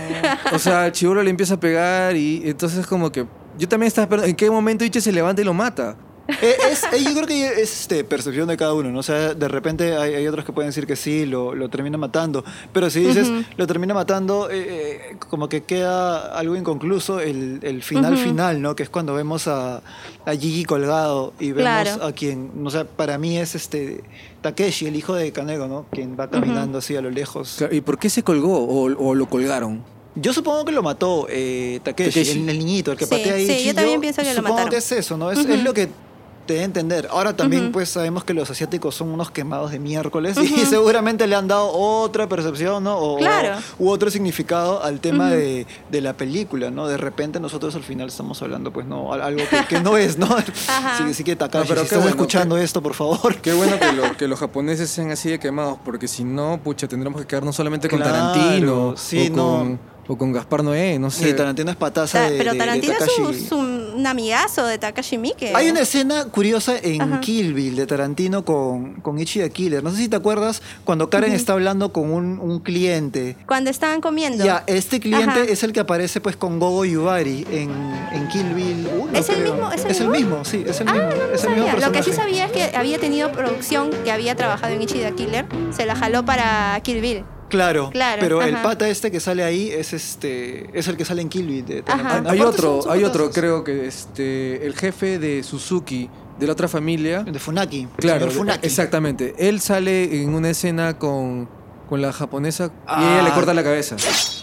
S2: O sea, el chivolo le empieza a pegar y entonces como que yo también estaba esperando en qué momento Ichi se levanta y lo mata.
S3: Eh, es- eh, yo creo que es este, percepción de cada uno, ¿no? O sea, de repente hay, hay otros que pueden decir que sí, lo, lo termina matando. Pero si dices, lo termina matando, eh, eh, como que queda algo inconcluso el, el final final, ¿no? Que es cuando vemos a, a Gigi colgado y vemos
S1: Claro.
S3: a quien, no sé, para mí es este Takeshi, el hijo de Kaneko, ¿no? Quien va caminando así a lo lejos.
S2: ¿Y por qué se colgó o, o lo colgaron?
S3: Yo supongo que lo mató eh, Takeshi,
S2: Takeshi.
S3: El, el niñito, el que
S1: Sí,
S3: patea ahí.
S1: sí, yo
S3: Ichigo.
S1: también pienso que lo
S3: Supongo
S1: mataron.
S3: que es eso, ¿no? Es, es lo que te debe entender. Ahora también, pues, sabemos que los asiáticos son unos quemados de miércoles y seguramente le han dado otra percepción, ¿no? O,
S1: Claro.
S3: U otro significado al tema de, de la película, ¿no? De repente nosotros al final estamos hablando, pues, no, al- algo que, que no es, ¿no? Sí, sí que
S2: No,
S3: Takashi,
S2: pero
S3: si
S2: qué
S3: estás
S2: bueno,
S3: escuchando esto, por favor.
S2: Qué bueno que, lo- que los japoneses sean así de quemados, porque si no, pucha, tendremos que quedarnos solamente con
S3: Claro,
S2: Tarantino
S3: sí,
S2: o,
S3: no.
S2: con, o con Gaspar Noé, no sé.
S3: Sí, Tarantino es pataza
S1: Ta-
S3: de, de-
S1: pero
S3: de
S1: Tarantino es un,
S3: Takashi.
S1: es un amigazo de Takashi Miike.
S3: Hay una escena curiosa en Kill Bill de Tarantino con, con Ichi the Killer. No sé si te acuerdas cuando Karen está hablando con un, un cliente.
S1: Cuando estaban comiendo.
S3: Ya, este cliente
S1: Ajá.
S3: es el que aparece pues con Gogo Yubari en, en Kill Bill 1.
S1: ¿Es el
S3: creo.
S1: mismo? ¿Es el
S3: es el
S1: mismo?
S3: mismo, sí, es el
S1: Ah,
S3: mismo.
S1: no, no
S3: es el
S1: sabía.
S3: mismo
S1: Lo que sí
S3: personaje.
S1: sabía es que había tenido producción que había trabajado en Ichi the Killer. Se la jaló para Kill Bill.
S3: Claro,
S1: Claro,
S3: pero el
S1: ajá.
S3: pata este que sale ahí es este es el que sale en Kill Bill de Tarantino.
S1: Ajá.
S2: Hay- Hay
S3: Aparte
S2: otro,
S3: son- son
S2: hay otro,
S3: patazos.
S2: creo que este, el jefe de Suzuki, de la otra familia.
S3: De Funaki. el
S2: Claro,
S3: señor Funaki.
S2: exactamente. Él sale en una escena con, con la japonesa y
S3: Ah,
S2: ella le corta la cabeza.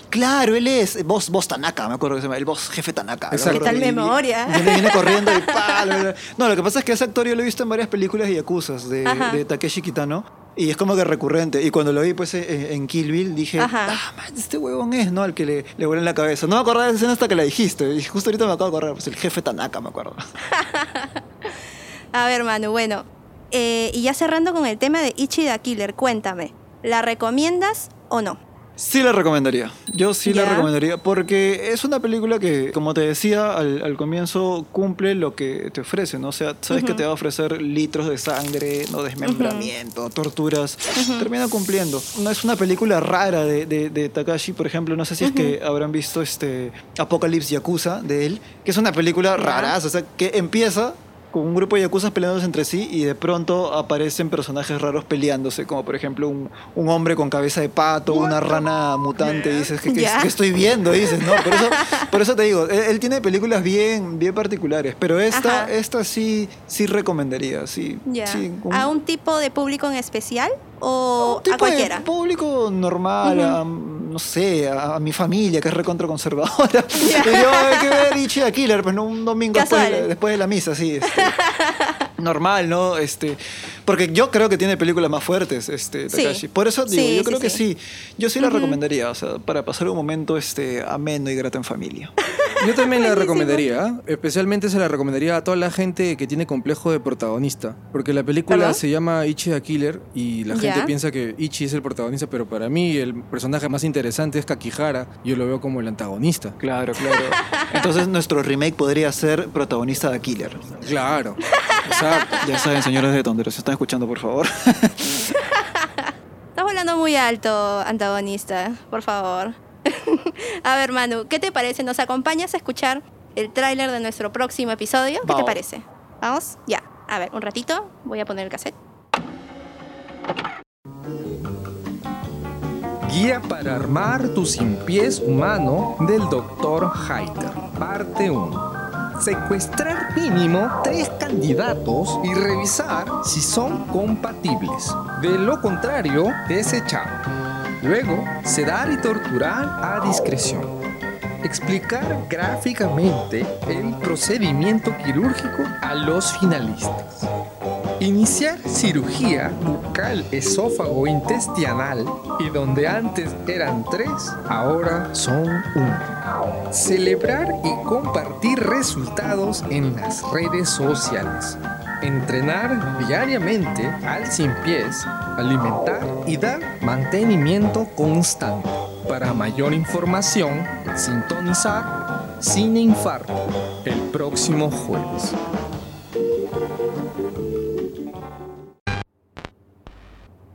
S3: Claro, él es boss, boss Tanaka, me acuerdo que se llama, el boss jefe Tanaka. me
S2: Exacto.
S3: acuerdo
S2: ¿Qué
S1: tal
S3: que-
S1: memoria?
S3: Viene, viene corriendo y pa, lo- lo- No, lo que pasa es que ese actor yo lo he visto en varias películas de yacuzas de,
S1: Ajá.
S3: de Takeshi Kitano y es como que recurrente. Y cuando lo vi pues eh, en Kill Bill dije,
S1: Ajá.
S3: ah, man, este huevón es, ¿no? El que le, le vuela en la cabeza. No me acordaba de esa escena hasta que la dijiste. Y justo ahorita me acabo de acordar, pues el jefe Tanaka, me acuerdo.
S1: A ver, Manu, bueno. eh, y ya cerrando con el tema de Ichi the Killer, cuéntame. ¿La recomiendas o no?
S3: Sí la recomendaría. Yo sí la
S1: Ya.
S3: recomendaría porque es una película que, como te decía al, al comienzo, cumple lo que te ofrece, ¿no? O sea, sabes que te va a ofrecer litros de sangre, no desmembramiento, torturas. Termina cumpliendo. No es una película rara de, de- de Takashi, por ejemplo. No sé si es que habrán visto este Apocalypse Yakuza de él, que es una película rara, o sea, que empieza con un grupo de yakuzas peleándose entre sí y de pronto aparecen personajes raros peleándose, como por ejemplo un, un hombre con cabeza de pato, una rana mutante, y dices, ¿qué, qué-
S1: Ya.
S3: qué estoy viendo? y dices, no, por eso, por eso te digo, él, él tiene películas bien, bien particulares, pero esta,
S1: Ajá.
S3: esta sí, sí recomendaría, sí.
S1: Ya.
S3: sí, un-
S1: ¿A un tipo de público en especial o
S3: tipo
S1: a cualquiera?
S3: de público normal, a, no sé, a, a mi familia que es recontra conservadora. Y yo, hay que ver Ichi the Killer, pues no un domingo después,
S1: Casual.
S3: después de la misa, sí. este, normal, ¿no? Este, porque yo creo que tiene películas más fuertes, este,
S1: Sí.
S3: Takashi. Por eso digo,
S1: Sí,
S3: yo
S1: sí,
S3: creo que sí.
S1: sí.
S3: Yo sí la recomendaría, o sea, para pasar un momento este, ameno y grato en familia.
S2: Yo también la
S1: Buenísimo.
S2: recomendaría, ¿ah? especialmente se la recomendaría a toda la gente que tiene complejo de protagonista, porque la película
S1: ¿Perdón?
S2: se llama Ichi the Killer y la
S1: Ya.
S2: gente piensa que Ichi es el protagonista, pero para mí el personaje más interesante es Kakihara, yo lo veo como el antagonista.
S3: Claro, claro. Entonces nuestro remake podría ser protagonista de Killer.
S2: Claro, exacto.
S3: Ya saben, señores de Tonderos, están escuchando, por favor.
S1: Estás volando muy alto, antagonista, por favor. a ver, Manu, ¿qué te parece? ¿Nos acompañas a escuchar el tráiler de nuestro próximo episodio? ¿Qué te
S3: Vamos.
S1: parece? Vamos, ya. A ver, un ratito, voy a poner el cassette.
S2: Guía para armar tu sin pies humano del Dr. Hyder, parte 1. Secuestrar mínimo tres candidatos y revisar si son compatibles. De lo contrario, desechar. Luego, sedar y torturar a discreción. Explicar gráficamente el procedimiento quirúrgico a los finalistas. Iniciar cirugía bucal esófago intestinal y donde antes eran tres, ahora son uno. Celebrar y compartir resultados en las redes sociales. Entrenar diariamente al sin pies, alimentar y dar mantenimiento constante. Para mayor información, sintonizar Cine Infarto el próximo jueves.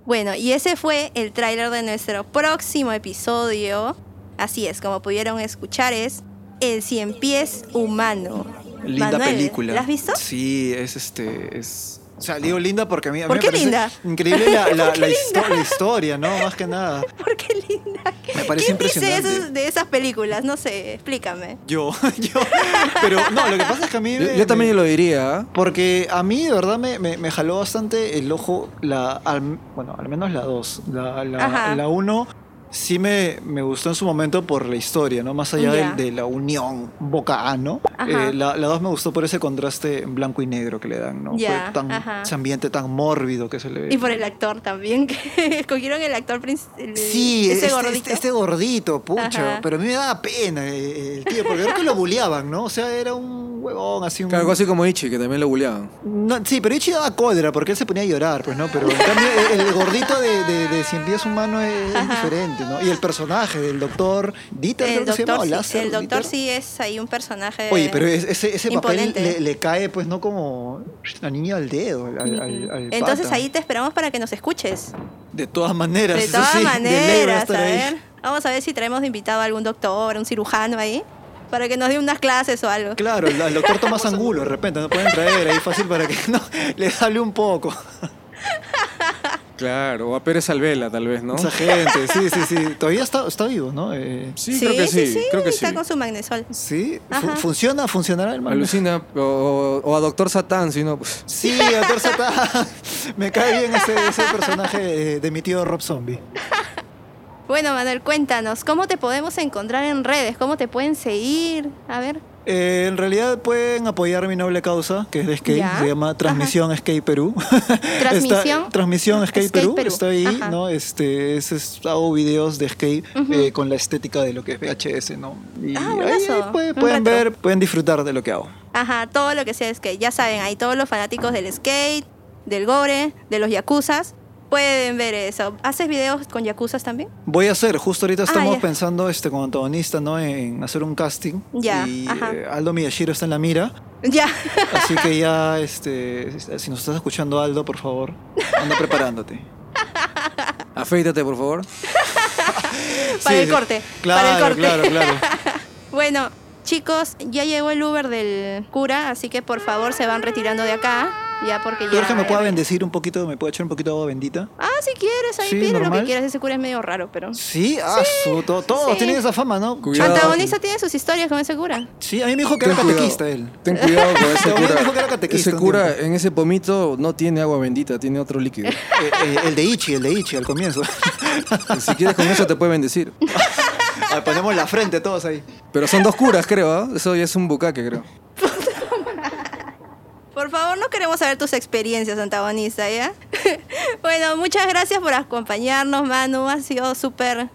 S1: Bueno, y ese fue el tráiler de nuestro próximo episodio. Así es, como pudieron escuchar es El Cien Pies Humano.
S3: Linda
S1: Manuel,
S3: película.
S1: ¿La has visto?
S3: Sí, es este. Es... O sea, digo linda porque a mí, a mí
S1: ¿Por
S3: me
S1: qué
S3: parece
S1: linda?
S3: increíble la, la-
S1: qué
S3: la
S1: linda?
S3: histo- la historia, ¿no? Más que nada.
S1: ¿Por qué linda?
S3: Me parece
S1: ¿Quién dice
S3: impresionante.
S1: eso de esas películas? No sé, explícame.
S3: Yo, yo. Pero no, lo que pasa es que a mí.
S2: Yo,
S3: me-
S2: yo también
S3: me-
S2: lo diría. ¿ah?
S3: Porque a mí, de verdad, me, me- me jaló bastante el ojo. La, al- bueno, al menos la 2. La 1
S1: Ajá.
S3: la, la uno sí me, me gustó en su momento por la historia, ¿no? Más allá
S1: Ya.
S3: del- de, la unión boca a, ¿no?
S1: Ajá.
S3: Eh, la 2 me gustó por ese contraste en blanco y negro que le dan, ¿no?
S1: Ya,
S3: Fue tan,
S1: ajá.
S3: ese ambiente tan mórbido que se le ve.
S1: Y por el actor también, que escogieron el actor principal.
S3: Sí,
S1: ese
S3: este
S1: gordito.
S3: Este, este gordito, pucha.
S1: Ajá.
S3: Pero a mí me daba pena eh, el tío, porque creo que lo buleaban, ¿no? O sea, era un huevón, así un.
S2: Claro, algo así como Ichi, que también lo buleaban.
S3: No, sí, pero Ichi daba cólera porque él se ponía a llorar, pues, ¿no? Pero en cambio, el, el gordito de, de, de Cien Pies Humano es, es diferente, ¿no? Y el personaje del doctor Dieter,
S1: el
S3: creo que se
S1: doctor,
S3: llamaba,
S1: sí,
S3: Lasser,
S1: el doctor
S3: Dieter.
S1: sí es ahí un personaje.
S3: Oye, pero es- ese, ese papel
S1: imponente.
S3: le, le cae, pues, ¿no? Como la niña al dedo, al, al, al- al
S1: Entonces
S3: pata.
S1: ahí te esperamos para que nos escuches.
S3: De todas maneras,
S1: De
S3: eso
S1: todas
S3: sí, de ley va a
S1: maneras,
S3: estar
S1: a
S3: ahí.
S1: ver. Vamos a ver si traemos de invitado a algún doctor, un cirujano ahí, para que nos dé unas clases o algo.
S3: Claro, al al doctor Tomás Angulo, de repente, no pueden traer ahí fácil para que no, le hable un poco.
S2: Claro, o a Pérez Alvela, tal vez, ¿no?
S3: Esa gente, sí, sí, sí. Todavía está, está vivo, ¿no? Eh,
S2: Sí, creo que sí, creo que sí.
S1: Está con su magnesol.
S3: sí, fu-
S1: Ajá.
S3: funciona, funcionará el man.
S2: Alucina, o, o a Doctor Satán, si no, pues.
S3: Sí, doctor Satán. Me cae bien ese, ese personaje eh, de, de mi tío Rob Zombie.
S1: Bueno, Manuel, cuéntanos, ¿cómo te podemos encontrar en redes? ¿Cómo te pueden seguir? A ver.
S3: Eh, en realidad pueden apoyar mi noble causa, que es de skate,
S1: Ya.
S3: se llama Transmisión Skate Perú.
S1: Transmisión.
S3: Está- Transmisión Skate,
S1: Skate
S3: Perú,
S1: Perú.
S3: estoy ahí,
S1: Ajá.
S3: ¿no? Este, es, es- hago videos de skate eh, con la estética de lo que es VHS, ¿no? Y
S1: Ah,
S3: ahí
S1: buenazo.
S3: pueden-
S1: Un
S3: pueden
S1: retro.
S3: ver, pueden disfrutar de lo que hago.
S1: Ajá, todo lo que sea skate. Ya saben, ahí todos los fanáticos del skate, del gore, de los yakuzas, pueden ver eso. ¿Haces videos con yakuzas también?
S3: Voy a hacer, justo ahorita
S1: Ah,
S3: estamos
S1: ya.
S3: pensando este, como antagonista, ¿no? En hacer un casting.
S1: Ya,
S3: Y
S1: ajá.
S3: eh, Aldo Miyashiro está en la mira.
S1: Ya.
S3: Así que ya, este, si nos estás escuchando, Aldo, por favor, anda preparándote.
S2: Afeítate, por favor.
S1: Para
S3: Sí,
S1: el
S3: sí.
S1: corte.
S3: Claro,
S1: para el corte.
S3: claro, claro.
S1: Bueno, chicos, ya llegó el Uber del cura, así que por favor se van retirando de acá. Ya porque ya.
S3: ¿Tú crees que me pueda bendecir un poquito? ¿Me puede echar un poquito de agua bendita?
S1: Ah, si quieres, ahí
S3: Sí,
S1: pide lo que
S3: normal.
S1: quieras. Ese cura es medio raro, pero.
S3: Sí, ah, su- to- todos
S1: sí.
S3: tienen esa fama, ¿no?
S2: Cuidado.
S1: Antagonista tiene sus historias con ese cura.
S3: Sí, a mí me dijo que era catequista él.
S2: Ten cuidado con ese
S3: Pero me dijo que era
S2: cura.
S3: catequista
S2: Ese
S3: un
S2: cura
S3: tiempo.
S2: en ese pomito no tiene agua bendita, tiene otro líquido.
S3: Eh, eh, el de Ichi, el de Ichi, al comienzo.
S2: Y si quieres con eso te puede bendecir.
S3: Ah, ponemos la frente todos ahí.
S2: Pero son dos curas, creo, ¿ah? Eso ya es un bucaque, creo.
S1: Por favor, no queremos saber tus experiencias, antagonista, ¿ya? bueno, muchas gracias por acompañarnos, Manu. Ha sido súper,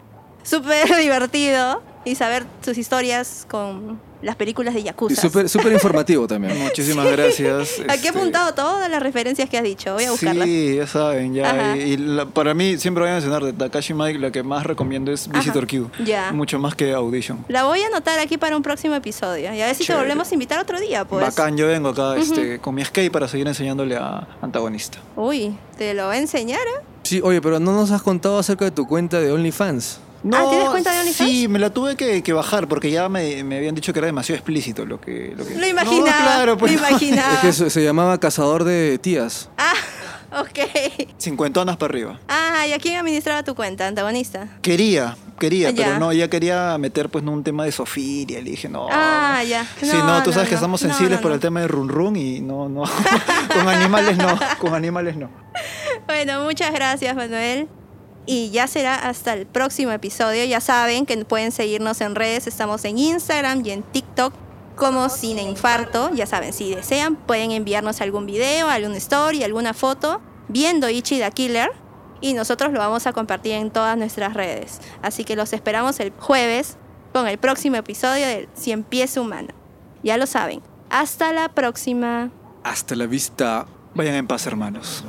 S1: súper divertido. Y saber tus historias con las películas de
S2: Y
S1: Yakuza.
S2: súper súper informativo también.
S3: Muchísimas gracias.
S1: Aquí he
S3: este,
S1: apuntado todas las referencias que has dicho. Voy a buscarlas.
S3: Sí, ya saben, ya.
S1: Ajá.
S3: Y, y la- para mí, siempre voy a mencionar de Takashi Mike, la que más recomiendo es
S1: Ajá,
S3: Visitor Q.
S1: ya.
S3: Mucho más que Audition.
S1: La voy a anotar aquí para un próximo episodio. Y a ver si te
S3: Chévere.
S1: volvemos a invitar otro día, pues.
S3: Bacán, yo vengo acá este, con mi skate para seguir enseñándole a antagonista.
S1: Uy, te lo voy a enseñar, ¿eh?
S2: Sí, oye, pero no nos has contado acerca de tu cuenta de OnlyFans.
S1: Ah, ¿tienes cuenta de OnlyFans?
S3: Sí, me la tuve que, que bajar porque ya me, me habían dicho que era demasiado explícito lo que... Lo, que...
S1: Lo imaginaba.
S3: No, claro, pues
S1: lo
S3: no.
S1: imaginaba.
S2: Es que se, se llamaba Cazador de Tías.
S1: Ah, ok.
S3: Cincuentonas para arriba.
S1: Ah, ¿y a quién administraba tu cuenta, antagonista?
S3: Quería, quería,
S1: Ya.
S3: pero no, ya quería meter pues un tema de sofilia, le dije no.
S1: Ah, ya.
S3: Sí, no,
S1: No,
S3: tú
S1: no,
S3: sabes que
S1: no.
S3: estamos
S1: No,
S3: sensibles
S1: no,
S3: por
S1: no.
S3: el tema de run run y no, no, con animales no, con animales no.
S1: Bueno, muchas gracias, Manuel. Y ya será hasta el próximo episodio. Ya saben que pueden seguirnos en redes. Estamos en Instagram y en TikTok como Cine Infarto. Ya saben, si desean, pueden enviarnos algún video, algún story, alguna foto viendo Ichi the Killer. Y nosotros lo vamos a compartir en todas nuestras redes. Así que los esperamos el jueves con el próximo episodio del Cien Pies Humano. Ya lo saben. Hasta la próxima.
S2: Hasta la vista.
S3: Vayan en paz, hermanos.